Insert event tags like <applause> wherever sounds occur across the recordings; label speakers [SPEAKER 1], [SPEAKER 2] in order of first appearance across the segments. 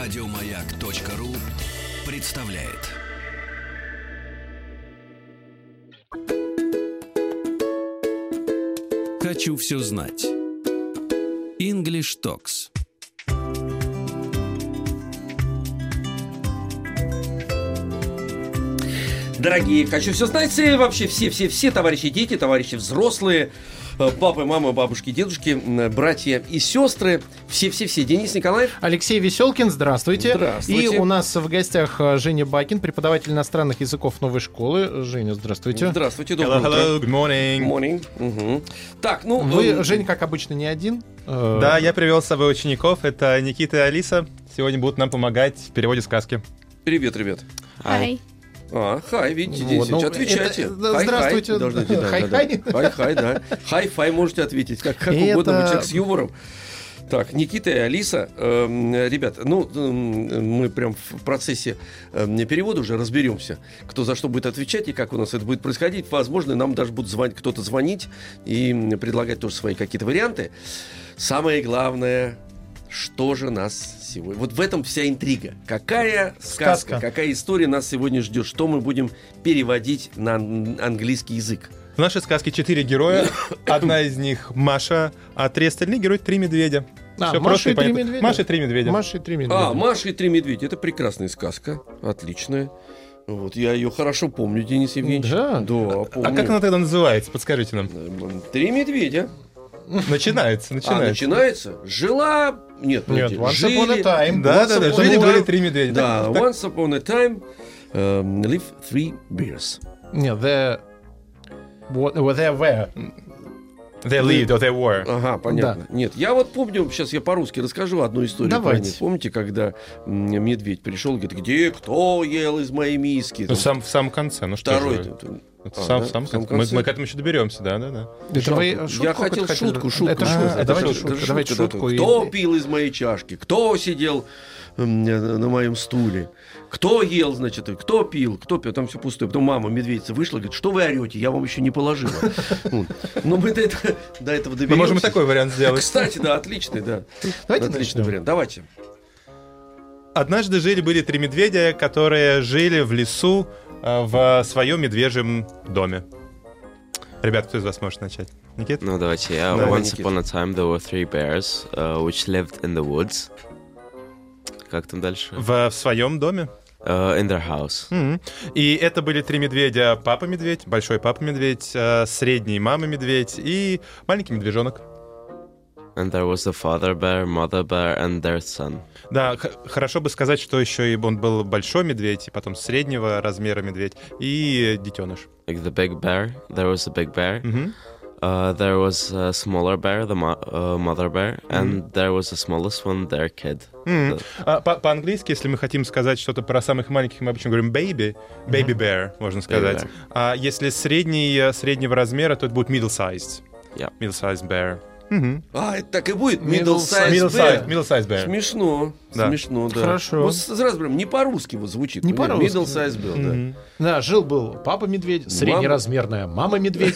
[SPEAKER 1] Радиомаяк.ру представляет. Хочу все знать. English Talks.
[SPEAKER 2] Дорогие, хочу все знать, и вообще все-все-все товарищи дети, товарищи взрослые, э, папы, мамы, бабушки, дедушки, м, братья и сестры, все-все-все. Денис Николаев,
[SPEAKER 3] Алексей Веселкин, здравствуйте.
[SPEAKER 2] Здравствуйте.
[SPEAKER 3] И у нас в гостях э, Женя Бакин, преподаватель иностранных языков новой школы. Женя, здравствуйте.
[SPEAKER 2] здравствуйте, доброе
[SPEAKER 4] Hello,
[SPEAKER 2] утро.
[SPEAKER 4] hello, good morning.
[SPEAKER 2] Morning. Мгм. Так, ну...
[SPEAKER 3] Вы,
[SPEAKER 2] эм,
[SPEAKER 3] Жень, как обычно, не один. Э,
[SPEAKER 4] Да, я привел с собой учеников. Это Никита и Алиса. Сегодня будут нам помогать в переводе сказки.
[SPEAKER 2] Привет, ребят.
[SPEAKER 5] Hi.
[SPEAKER 2] А, хай, видите,
[SPEAKER 3] Вот,
[SPEAKER 2] Денис
[SPEAKER 3] ну,
[SPEAKER 2] Ильич, отвечайте.
[SPEAKER 3] это- да,
[SPEAKER 2] Хай-хай.
[SPEAKER 3] здравствуйте.
[SPEAKER 2] Должны- да, да, да.
[SPEAKER 3] Хай-хай.
[SPEAKER 2] Хай-хай, да. Хай-фай можете ответить, как, как
[SPEAKER 3] И
[SPEAKER 2] угодно, вы
[SPEAKER 3] это-
[SPEAKER 2] человек с юмором. Так, Никита и Алиса, эм, ребят, ну, эм, мы прям в процессе эм, перевода уже разберемся, кто за что будет отвечать и как у нас это будет происходить. Возможно, нам даже будут звонить, кто-то звонить и м, предлагать тоже свои какие-то варианты. Самое главное, что же нас сегодня... Вот в этом вся интрига. Какая сказка,
[SPEAKER 3] Сказка.
[SPEAKER 2] какая история нас сегодня ждет? Что мы будем переводить на ан- английский язык?
[SPEAKER 4] В нашей сказке четыре героя. Одна из них Маша, а три остальных герои три медведя.
[SPEAKER 3] А, Маша
[SPEAKER 4] Всё просто
[SPEAKER 3] и три
[SPEAKER 4] понятно.
[SPEAKER 3] медведя?
[SPEAKER 4] Маша и три медведя.
[SPEAKER 3] Маша и три медведя.
[SPEAKER 2] А, «Маша и три медведя» — это прекрасная сказка, отличная. Вот, я ее хорошо помню, Денис Евгеньевич.
[SPEAKER 3] Да?
[SPEAKER 2] Да, помню.
[SPEAKER 4] А как она тогда называется?
[SPEAKER 3] <laughs>
[SPEAKER 4] Подскажите нам.
[SPEAKER 2] Эм, «Три медведя».
[SPEAKER 4] Начинается,
[SPEAKER 2] А,
[SPEAKER 4] начинается.
[SPEAKER 2] начинается. Жила... Нет, подожди,
[SPEAKER 3] Нет, once upon a
[SPEAKER 2] жили...
[SPEAKER 3] time.
[SPEAKER 4] Да, да,
[SPEAKER 3] once
[SPEAKER 4] да.
[SPEAKER 3] upon a
[SPEAKER 4] Жили были
[SPEAKER 3] time.
[SPEAKER 4] три медведя.
[SPEAKER 2] Да,
[SPEAKER 4] Так, так.
[SPEAKER 2] once upon a time эм, live three bears.
[SPEAKER 3] Нет, the... What, what they were.
[SPEAKER 4] They lived or they were.
[SPEAKER 2] Ага, понятно. Нет, я вот помню, сейчас я по-русски расскажу одну историю. про
[SPEAKER 3] Давайте.
[SPEAKER 2] них. Помните, когда м, медведь пришел и говорит, где кто ел из моей миски?
[SPEAKER 4] Ну,
[SPEAKER 2] Там
[SPEAKER 4] сам, в самом конце, ну что
[SPEAKER 2] Второй.
[SPEAKER 4] же.
[SPEAKER 2] там,
[SPEAKER 4] Это
[SPEAKER 2] А,
[SPEAKER 4] сам,
[SPEAKER 2] да,
[SPEAKER 4] сам
[SPEAKER 2] в самом
[SPEAKER 4] конце. Мы-
[SPEAKER 2] конце.
[SPEAKER 4] Мы, к этому еще доберемся, да, да, да.
[SPEAKER 3] Это вы
[SPEAKER 2] жалко.
[SPEAKER 3] шутку
[SPEAKER 2] я
[SPEAKER 3] какую-то
[SPEAKER 2] хотел
[SPEAKER 3] хотели?
[SPEAKER 2] шутку, шутку,
[SPEAKER 3] Это
[SPEAKER 2] шутку.
[SPEAKER 3] шутка,
[SPEAKER 4] это
[SPEAKER 3] давайте
[SPEAKER 4] шутка,
[SPEAKER 3] шутку.
[SPEAKER 2] даже
[SPEAKER 3] Давайте
[SPEAKER 2] шутка, да.
[SPEAKER 3] шутку. и-
[SPEAKER 2] Кто пил из моей чашки? Кто сидел м, э, на моем стуле? Кто ел, значит, и кто пил, кто пил, там все пустое. Потом мама медведица вышла и говорит, что вы орете, я вам еще не положила. Вот. Но мы до этого, до этого
[SPEAKER 4] Мы
[SPEAKER 2] доберемся.
[SPEAKER 4] можем и такой вариант сделать.
[SPEAKER 2] Кстати, да, отличный, да.
[SPEAKER 3] Давайте
[SPEAKER 2] отличный
[SPEAKER 3] начнем.
[SPEAKER 2] вариант. Давайте.
[SPEAKER 4] Однажды жили были три медведя, которые жили в лесу э, в своем медвежьем доме. Ребят, кто из вас может начать? Никит?
[SPEAKER 6] Ну давайте я.
[SPEAKER 2] Давай,
[SPEAKER 6] Once
[SPEAKER 2] Никита.
[SPEAKER 6] upon a time there were three bears, uh, which lived in the woods. Как там дальше?
[SPEAKER 4] В, своем доме.
[SPEAKER 6] Uh, in their house.
[SPEAKER 4] Мгм. И это были три медведя. Папа-медведь, большой папа-медведь, э, средний мама-медведь и маленький медвежонок.
[SPEAKER 6] And there was the father bear, mother bear, and their son.
[SPEAKER 4] Да, х- хорошо бы сказать, что еще и он был большой медведь, и потом среднего размера медведь, и э, детеныш.
[SPEAKER 6] Like the big bear, there was a big bear.
[SPEAKER 2] Mm-hmm.
[SPEAKER 4] Мгм.
[SPEAKER 6] Uh, there was a smaller bear, the mo- uh, mother bear,
[SPEAKER 2] Mm-hmm.
[SPEAKER 6] and there was the smallest one, their kid.
[SPEAKER 4] Мгм.
[SPEAKER 6] The-
[SPEAKER 4] А по- английски если мы хотим сказать что-то про самых маленьких, мы обычно говорим baby, baby bear, можно сказать.
[SPEAKER 6] bear.
[SPEAKER 4] А если средний, э, среднего размера, то это будет middle-sized.
[SPEAKER 6] Yeah.
[SPEAKER 4] Middle-sized bear. Мгм.
[SPEAKER 2] А, это так и будет. Middle
[SPEAKER 3] Middle
[SPEAKER 2] size bear.
[SPEAKER 4] Middle-sized middle-sized bear.
[SPEAKER 2] Смешно,
[SPEAKER 4] Да.
[SPEAKER 2] смешно, да.
[SPEAKER 3] Хорошо.
[SPEAKER 2] Вот сразу прям не по-русски вот звучит.
[SPEAKER 3] Не
[SPEAKER 2] понимаешь?
[SPEAKER 3] по-русски.
[SPEAKER 2] Middle size bear, да.
[SPEAKER 4] Мгм.
[SPEAKER 3] Да, жил-был папа-медведь, среднеразмерная мама-медведь.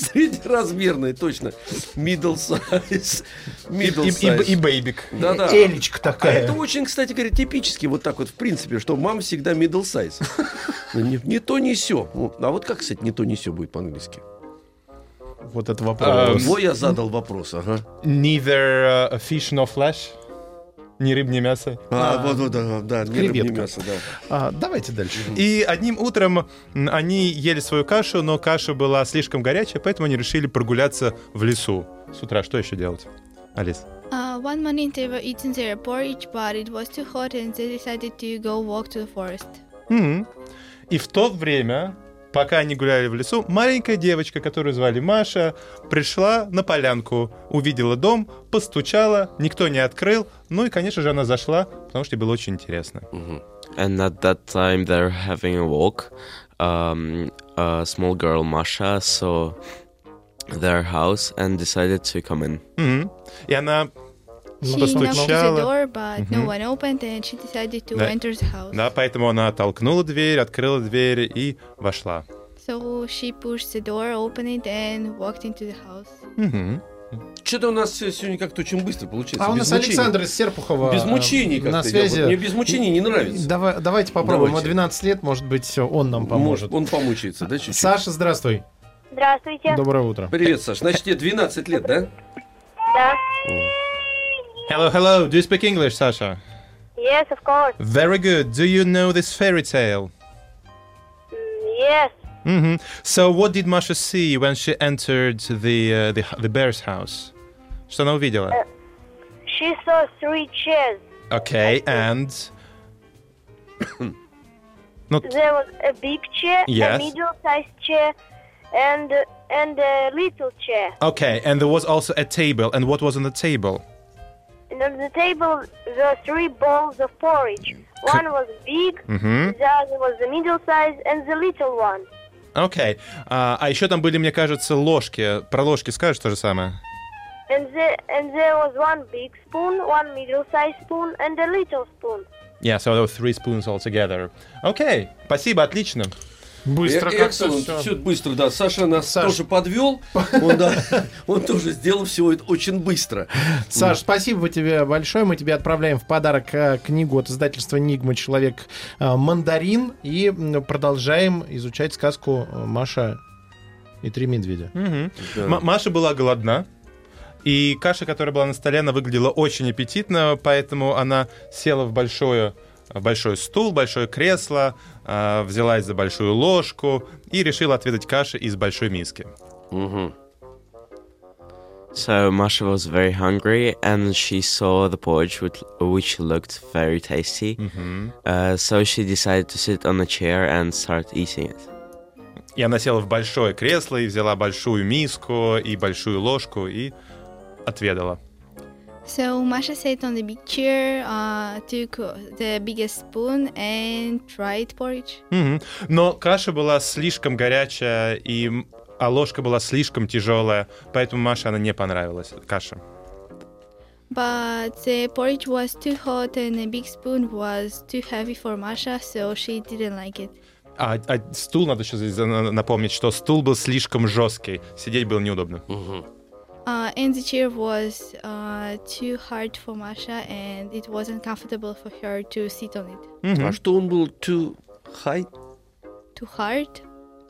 [SPEAKER 2] Среднеразмерный, точно. Middle size.
[SPEAKER 4] И,
[SPEAKER 2] Middle
[SPEAKER 4] и- и- и
[SPEAKER 2] size.
[SPEAKER 4] бэйбик.
[SPEAKER 2] Да-да.
[SPEAKER 3] Элечка
[SPEAKER 2] А это
[SPEAKER 3] такая.
[SPEAKER 2] очень, кстати говоря, типически вот так вот в принципе, что мама всегда middle size. Ну, Не, не то, не сё. Ну, А вот как, кстати, не то, не сё будет по-английски?
[SPEAKER 3] Вот это
[SPEAKER 4] А,
[SPEAKER 3] вопрос.
[SPEAKER 2] Во я задал вопрос, ага.
[SPEAKER 4] Neither uh, fish nor flesh. Ни рыб, ни мясо.
[SPEAKER 2] А, вот, вот, да, да, не рыб, не
[SPEAKER 3] Креветка.
[SPEAKER 2] мясо, да.
[SPEAKER 3] А, Давайте дальше.
[SPEAKER 4] И одним утром м, они ели свою кашу, но каша была слишком горячая, поэтому они решили прогуляться в лесу. С утра что еще делать? Алис.
[SPEAKER 5] Uh, one morning they were eating their porridge, but it was too hot and they decided to go walk to the forest.
[SPEAKER 4] Мгм. И в то время, пока они гуляли в лесу, маленькая девочка, которую звали Маша, пришла на полянку, увидела дом, постучала, никто не открыл, ну и, конечно же, она зашла, потому что ей было очень интересно.
[SPEAKER 6] And at that time, they're having a walk. Um, a small girl, Masha, saw their house and decided to come in.
[SPEAKER 4] Мгм. И она,
[SPEAKER 5] She knocked the
[SPEAKER 4] постучала.
[SPEAKER 5] door, but no one opened, and she decided to
[SPEAKER 4] Да.
[SPEAKER 5] enter the house.
[SPEAKER 4] да, поэтому она толкнула дверь, открыла дверь и вошла.
[SPEAKER 5] So she pushed the door, opened it, and walked into the house.
[SPEAKER 4] Мгм.
[SPEAKER 2] Что-то у нас всё сегодня как-то очень быстро получается.
[SPEAKER 3] А у
[SPEAKER 2] без
[SPEAKER 3] нас
[SPEAKER 2] мучений.
[SPEAKER 3] Александр из Серпухова.
[SPEAKER 2] Без
[SPEAKER 3] э,
[SPEAKER 2] мучений как-то.
[SPEAKER 3] На
[SPEAKER 2] идёт.
[SPEAKER 3] связи.
[SPEAKER 2] Вот Мне без мучений не нравится.
[SPEAKER 3] Давай- давайте попробуем.
[SPEAKER 2] Давайте.
[SPEAKER 3] Ему 12 лет, может быть, он нам поможет.
[SPEAKER 2] Может, он помучается, да, чуть-чуть?
[SPEAKER 3] Саша, здравствуй.
[SPEAKER 7] Здравствуйте.
[SPEAKER 3] Доброе утро.
[SPEAKER 2] Привет, Саш. Значит, тебе 12 лет, да?
[SPEAKER 7] Да.
[SPEAKER 4] Hello, hello. Do you speak English, Sasha?
[SPEAKER 7] Yes, of course.
[SPEAKER 4] Very good. Do you know this fairy tale?
[SPEAKER 7] Mm, Yes.
[SPEAKER 4] hmm So what did Masha see when she entered the uh, the, the bear's house? Что она увидела?
[SPEAKER 7] She saw three chairs.
[SPEAKER 4] Okay, and not
[SPEAKER 7] There was a big chair,
[SPEAKER 4] Yes.
[SPEAKER 7] a middle-sized chair, and and a little chair.
[SPEAKER 4] okay, and there was also a table. And what was on the table?
[SPEAKER 7] And on the table were three bowls of porridge. One was big,
[SPEAKER 4] Mhm.
[SPEAKER 7] the other was the middle size, and the little one.
[SPEAKER 4] Окей. uh, А, а еще там были, мне кажется, ложки. Про ложки скажешь то же самое?
[SPEAKER 7] And the, and there was one big spoon, one middle-sized spoon, and a little spoon.
[SPEAKER 4] Yeah, so there were three spoons altogether. Окей, спасибо, отлично.
[SPEAKER 3] Быстро
[SPEAKER 2] Э-
[SPEAKER 3] как-то
[SPEAKER 2] excellent,
[SPEAKER 3] всё.
[SPEAKER 2] всё быстро, да. Саша нас
[SPEAKER 3] Саш.
[SPEAKER 2] тоже подвел. Он, да, <laughs> он тоже сделал все это очень быстро.
[SPEAKER 3] Саш, спасибо тебе большое. Мы тебе отправляем в подарок э, книгу от издательства «Нигма. Человек э, мандарин». И м, продолжаем изучать сказку э, «Маша и три медведя».
[SPEAKER 2] Ну,
[SPEAKER 4] Мгм.
[SPEAKER 2] Да.
[SPEAKER 4] М- Маша была голодна, и каша, которая была на столе, она выглядела очень аппетитно, поэтому она села в большое в большой стул, большое кресло, а, взялась за большую ложку и решила отведать каши из большой миски.
[SPEAKER 2] Мгм.
[SPEAKER 6] So Masha was very hungry, and she saw the porridge, which, which looked very tasty. Uh, so she decided to sit on a chair and start eating it.
[SPEAKER 4] И она села в большое кресло и взяла большую миску и большую ложку и отведала.
[SPEAKER 5] So Masha sat on the big chair, uh, took the biggest spoon and tried porridge.
[SPEAKER 4] Мгм. Но каша была слишком горячая, и, м- а ложка была слишком тяжелая, поэтому Маше она не понравилась, каша.
[SPEAKER 5] But the porridge was too hot and the big spoon was too heavy for Masha, so she didn't like it.
[SPEAKER 4] А, а стул, надо еще за- на- напомнить, что стул был слишком жесткий, сидеть было неудобно.
[SPEAKER 5] Uh, and the chair was uh, too hard for Masha and it wasn't comfortable for her to sit on it.
[SPEAKER 4] Мгм.
[SPEAKER 2] А что он был too high?
[SPEAKER 5] Too hard?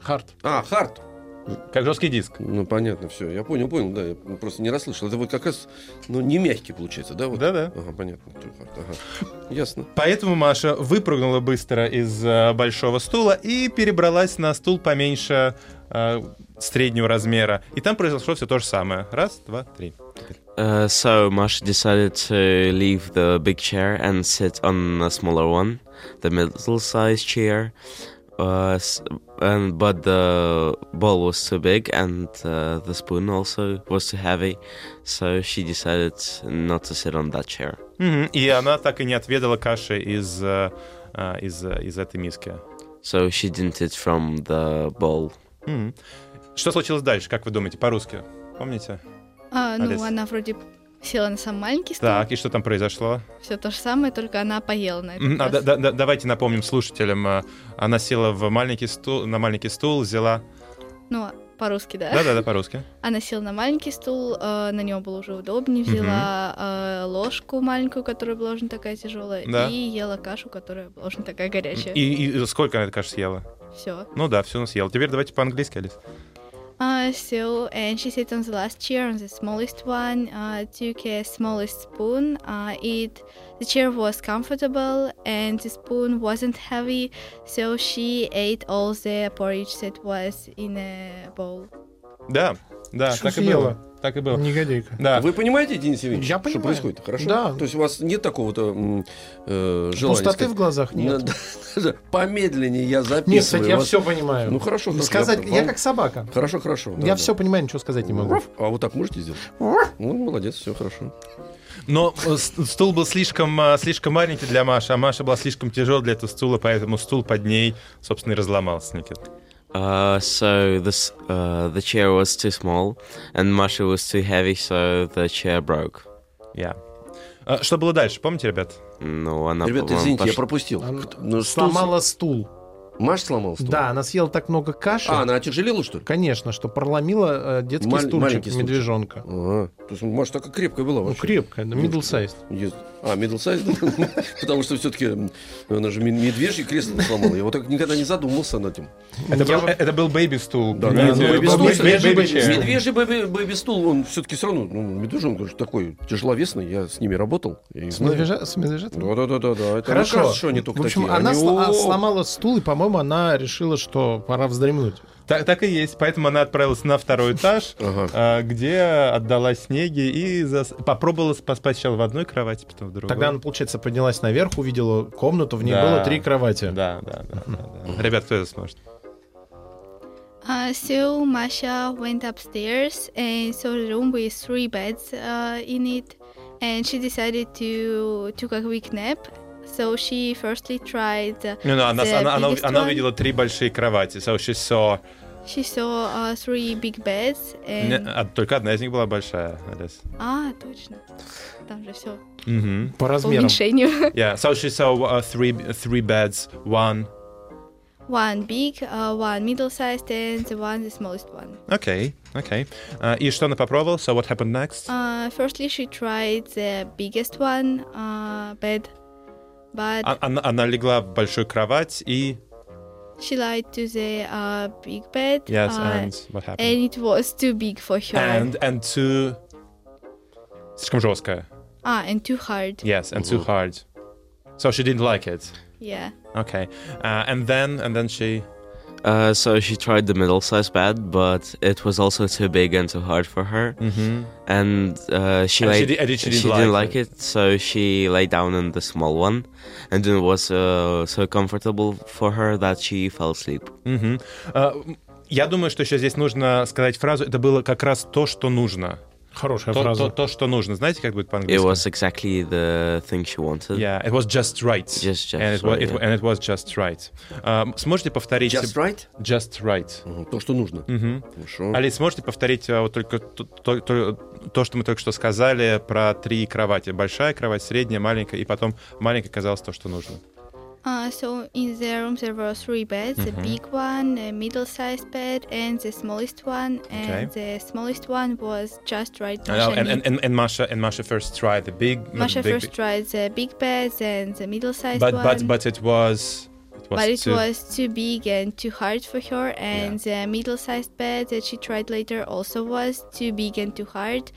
[SPEAKER 3] Харт.
[SPEAKER 2] А, хард.
[SPEAKER 4] Как жесткий диск.
[SPEAKER 2] Ну, понятно, все. Я понял, понял, да. Я просто не расслышал. Это вот как раз, ну, не мягкий получается, да? Вот?
[SPEAKER 4] Да-да.
[SPEAKER 2] Ага, понятно. Too hard, ага. Ясно.
[SPEAKER 4] Поэтому Маша выпрыгнула быстро из э, большого стула и перебралась на стул поменьше э, среднего размера. И там произошло все то же самое. Раз, два, три.
[SPEAKER 6] Uh, so Masha decided to leave the big chair and sit on a smaller one, the middle-sized chair. Uh, s- and but the bowl was too big, and uh, the spoon also was too heavy, so she decided not to sit on that chair.
[SPEAKER 4] Мгм. И она так и не отведала каши из, э, э, из, э, из этой миски.
[SPEAKER 6] So she didn't eat from the bowl.
[SPEAKER 4] Мгм. Что случилось дальше, как вы думаете, по-русски? Помните?
[SPEAKER 5] А, ну,
[SPEAKER 4] Алис.
[SPEAKER 5] она вроде села на сам маленький стул.
[SPEAKER 4] Так, и что там произошло?
[SPEAKER 5] Все то же самое, только она поела на этот
[SPEAKER 4] М, а
[SPEAKER 5] раз.
[SPEAKER 4] да- да- да- давайте напомним слушателям. э, Она села в маленький стул, на маленький стул, взяла...
[SPEAKER 5] Ну, по-русски, да.
[SPEAKER 4] Да-да-да, по-русски.
[SPEAKER 5] Она села на маленький стул, э, на нем было уже удобнее, взяла э, ложку маленькую, которая была уже не такая тяжелая,
[SPEAKER 4] Да.
[SPEAKER 5] и ела кашу, которая была уже не такая горячая.
[SPEAKER 4] И, и сколько она, кажется, съела?
[SPEAKER 5] Все.
[SPEAKER 4] Ну да, все она съела. Теперь давайте по-английски, Алис.
[SPEAKER 5] Uh, so, and she sat on the last chair, on the smallest one, uh, took a smallest spoon. Uh, it, the chair was comfortable and the spoon wasn't heavy, so she ate all the porridge that was in a bowl.
[SPEAKER 4] Да, да,
[SPEAKER 3] Что
[SPEAKER 4] так
[SPEAKER 3] съела?
[SPEAKER 4] и было. Так и было.
[SPEAKER 3] Негодейка.
[SPEAKER 4] Да.
[SPEAKER 2] Вы понимаете, Денис Евгеньевич,
[SPEAKER 3] А. Я
[SPEAKER 2] что
[SPEAKER 3] понимаю.
[SPEAKER 2] происходит? Хорошо?
[SPEAKER 3] Да.
[SPEAKER 2] То есть у вас нет такого-то м, э, желания
[SPEAKER 3] Пустоты
[SPEAKER 2] сказать,
[SPEAKER 3] в глазах нет.
[SPEAKER 2] «Да, да, <laughs> да, Помедленнее я записываю.
[SPEAKER 3] Нет, кстати, я
[SPEAKER 2] вас».
[SPEAKER 3] все понимаю.
[SPEAKER 2] Ну, хорошо, хорошо,
[SPEAKER 3] Сказать,
[SPEAKER 2] я-
[SPEAKER 3] я как собака.
[SPEAKER 2] Хорошо, хорошо. да,
[SPEAKER 3] Я
[SPEAKER 2] да.
[SPEAKER 3] все понимаю, ничего сказать не могу.
[SPEAKER 2] А вот так можете сделать? Ну, молодец, все хорошо.
[SPEAKER 4] Но э, с- стул был слишком, э, слишком маленький для Маши, а Маша была слишком тяжелой для этого стула, поэтому стул под ней, собственно, и разломался, Никит.
[SPEAKER 6] Uh, so this uh, the chair was too small, and Masha was too heavy, so the chair broke.
[SPEAKER 4] Я. А, Что было дальше, помните, ребят?
[SPEAKER 6] Ну, она,
[SPEAKER 2] Ребята,
[SPEAKER 6] по-моему,
[SPEAKER 2] извините, я
[SPEAKER 6] пош-
[SPEAKER 2] пропустил.
[SPEAKER 3] Она
[SPEAKER 2] Кто- ну, стул-
[SPEAKER 3] Сломала э, стул.
[SPEAKER 2] Маша сломала стул?
[SPEAKER 3] Да, она съела так много каши.
[SPEAKER 2] А, она отяжелела, что ли?
[SPEAKER 3] Конечно, что проломила э, детский
[SPEAKER 2] Маль-
[SPEAKER 3] стульчик
[SPEAKER 2] маленький стульчик.
[SPEAKER 3] медвежонка.
[SPEAKER 2] Ага. А, То есть Маша такая крепкая была
[SPEAKER 3] Ну,
[SPEAKER 2] вообще.
[SPEAKER 3] крепкая, да, middle size.
[SPEAKER 2] Ест. А, middle size, да? <laughs> Потому что все-таки она же мед- медвежье кресло сломала. Я вот так никогда не задумался над этим.
[SPEAKER 4] Это,
[SPEAKER 3] Я
[SPEAKER 4] был, э,
[SPEAKER 3] вот-
[SPEAKER 4] это был бэйби-стул.
[SPEAKER 2] Да, ну,
[SPEAKER 4] понимаете?
[SPEAKER 2] да,
[SPEAKER 4] Бэйби-
[SPEAKER 2] бэйби-стул,
[SPEAKER 4] бэйби-
[SPEAKER 3] конечно,
[SPEAKER 4] бэйби-
[SPEAKER 3] бэйби-стул.
[SPEAKER 4] бэйби-
[SPEAKER 2] Медвежий бэби- бэби-стул, он все-таки все равно, ну, медвежонок он же такой тяжеловесный, я с ними работал. и
[SPEAKER 3] С,
[SPEAKER 2] знаю.
[SPEAKER 3] медвежа- с медвежатами?
[SPEAKER 2] Да-да-да, да. Это
[SPEAKER 3] Хорошо.
[SPEAKER 2] рассказ, что они только
[SPEAKER 3] в общем,
[SPEAKER 2] такие.
[SPEAKER 3] она
[SPEAKER 2] Они,
[SPEAKER 3] сло- а,
[SPEAKER 2] о,
[SPEAKER 3] сломала стул, и, по-моему, она решила, что пора вздремнуть.
[SPEAKER 4] Так, так и есть. Поэтому она отправилась на второй этаж,
[SPEAKER 2] Ага.
[SPEAKER 4] а, где отдала снеги и зас- попробовала поспать сначала в одной кровати, потом в другой.
[SPEAKER 3] Тогда она, получается, поднялась наверх, увидела комнату, в ней
[SPEAKER 4] Да.
[SPEAKER 3] было три кровати.
[SPEAKER 4] Да, да, да. да, да. Ребят, кто это сможет?
[SPEAKER 5] Uh, so Masha went upstairs and saw the room with three beds uh, in it, and she decided to took a quick nap. So she firstly tried. uh,
[SPEAKER 4] Не, ну, она,
[SPEAKER 5] The
[SPEAKER 4] она- она-
[SPEAKER 5] biggest
[SPEAKER 4] она
[SPEAKER 5] one.
[SPEAKER 4] увидела три большие кровати. So she saw-
[SPEAKER 5] She saw uh, three big beds and
[SPEAKER 4] Не, а, только одна из них была большая. Алис.
[SPEAKER 5] а точно, там же все
[SPEAKER 4] Мгм.
[SPEAKER 3] По
[SPEAKER 5] по
[SPEAKER 3] размерам.
[SPEAKER 4] <laughs>
[SPEAKER 5] уменьшению.
[SPEAKER 4] Yeah, so she saw uh, three, three beds, one.
[SPEAKER 5] one big, uh, one middle-sized, and one the smallest one.
[SPEAKER 4] Okay, okay. А, и что она попробовала? So what happened next?
[SPEAKER 5] Uh, firstly, she tried the biggest one uh, bed, but
[SPEAKER 4] А- она, она легла в большую кровать и...
[SPEAKER 5] she lied to the uh, big bed.
[SPEAKER 4] Yes,
[SPEAKER 5] uh,
[SPEAKER 4] and what happened?
[SPEAKER 5] and it was too big for her.
[SPEAKER 4] And, and too... Слишком жестко.
[SPEAKER 5] ah, and too hard.
[SPEAKER 4] Yes, and too hard. So she didn't like it.
[SPEAKER 5] Yeah.
[SPEAKER 4] Okay. Uh, and then, and then she...
[SPEAKER 6] Uh, so she tried the middle-sized bed, but it was also too big and too hard for her.
[SPEAKER 4] Мгм.
[SPEAKER 6] And uh,
[SPEAKER 4] Mm-hmm. And
[SPEAKER 6] she
[SPEAKER 4] she
[SPEAKER 6] laid-
[SPEAKER 4] di- and she didn't
[SPEAKER 6] didn't
[SPEAKER 4] like
[SPEAKER 6] like it. so she lay down in the small one, and it was uh, so comfortable for her that she fell asleep.
[SPEAKER 4] Мгм. А, м, я думаю, что еще здесь нужно сказать фразу «это было как раз то, что нужно».
[SPEAKER 3] Хорошая
[SPEAKER 4] То,
[SPEAKER 3] фраза.
[SPEAKER 4] то- то, что нужно. Знаете, как будет
[SPEAKER 6] It
[SPEAKER 4] по-английски?
[SPEAKER 6] was exactly the thing she wanted.
[SPEAKER 4] Yeah, it was just right.
[SPEAKER 6] Just- just
[SPEAKER 4] and it was,
[SPEAKER 6] right,
[SPEAKER 4] it wa-
[SPEAKER 6] yeah.
[SPEAKER 4] and it was just right. А, м, сможете повторить...
[SPEAKER 2] Just right?
[SPEAKER 4] Just right.
[SPEAKER 2] Мгм, То, что нужно.
[SPEAKER 4] Мгм.
[SPEAKER 2] Хорошо.
[SPEAKER 4] Алис, можете повторить а, вот только то, то- то- то, что мы только что сказали про три кровати? Большая кровать, средняя, маленькая, и потом маленькая оказалось то, что нужно.
[SPEAKER 5] Uh, so in the room there were three beds:
[SPEAKER 4] Mm-hmm.
[SPEAKER 5] a big one, a middle-sized bed, and the smallest one. And the smallest one was just right.
[SPEAKER 4] Э, And,
[SPEAKER 5] Masha
[SPEAKER 4] and,
[SPEAKER 5] need.
[SPEAKER 4] and- and Masha, and Masha first tried the big...
[SPEAKER 5] Masha
[SPEAKER 4] big-
[SPEAKER 5] first tried the big bed, then the middle-sized
[SPEAKER 4] but,
[SPEAKER 5] one.
[SPEAKER 4] but, but it was... It was
[SPEAKER 5] but it
[SPEAKER 4] too-
[SPEAKER 5] was too big and too hard for her, and the middle-sized bed that she tried later also was too big and too hard,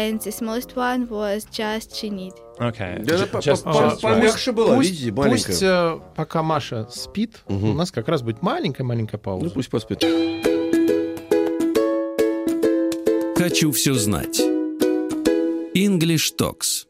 [SPEAKER 5] and the smallest one was just she need.
[SPEAKER 4] Okay.
[SPEAKER 2] Да,
[SPEAKER 4] Ju-
[SPEAKER 2] по-
[SPEAKER 4] just-
[SPEAKER 2] по-
[SPEAKER 4] just
[SPEAKER 3] А,
[SPEAKER 4] right.
[SPEAKER 2] помягче была,
[SPEAKER 3] пусть,
[SPEAKER 2] видите, маленькая.
[SPEAKER 3] пусть э, пока Маша спит, у нас как раз будет маленькая-маленькая пауза.
[SPEAKER 2] Ну, пусть поспит.
[SPEAKER 1] Хочу все знать. English Токс.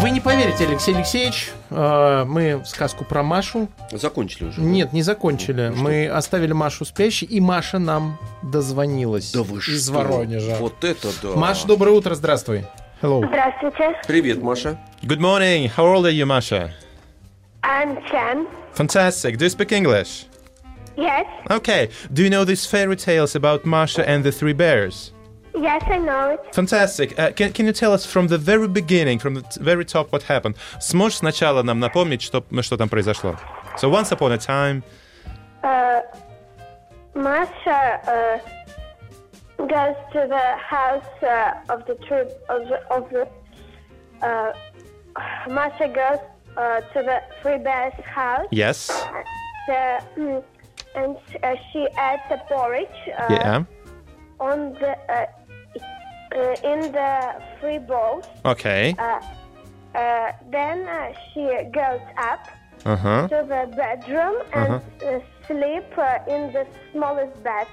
[SPEAKER 3] Вы не поверите, Алексей Алексеевич, э, мы сказку про Машу.
[SPEAKER 2] Закончили уже.
[SPEAKER 3] Нет, не закончили.
[SPEAKER 2] Ну,
[SPEAKER 3] Мы оставили Машу спящей, и Маша нам дозвонилась
[SPEAKER 2] Да вы
[SPEAKER 3] из
[SPEAKER 2] что?
[SPEAKER 3] Воронежа.
[SPEAKER 2] Вот это да.
[SPEAKER 3] Маш, доброе утро, здравствуй. Hello.
[SPEAKER 7] Здравствуйте.
[SPEAKER 2] Привет, Маша.
[SPEAKER 4] Good morning. How old are you, Masha?
[SPEAKER 7] I'm Chan.
[SPEAKER 4] Fantastic. Do you speak English?
[SPEAKER 7] Yes.
[SPEAKER 4] Okay. Do you know these fairy tales about Masha and the three bears?
[SPEAKER 7] Yes, I know it.
[SPEAKER 4] Fantastic. Uh, can, can you tell us from the very beginning, from the t- very top, what happened? Сможешь сначала нам напомнить, что, ну, что там произошло? So once upon a time...
[SPEAKER 7] Masha uh, goes to the house uh, of the troop of the, of the uh, Masha goes uh, to the free bear's house
[SPEAKER 4] Yes.
[SPEAKER 7] uh, mm, and uh, she adds the porridge uh,
[SPEAKER 4] Yeah.
[SPEAKER 7] on the uh, uh, in the free bowl.
[SPEAKER 4] Okay.
[SPEAKER 7] Uh, then uh, she goes up
[SPEAKER 4] Ага.
[SPEAKER 7] to the bedroom and uh, sleep uh, in the smallest bed.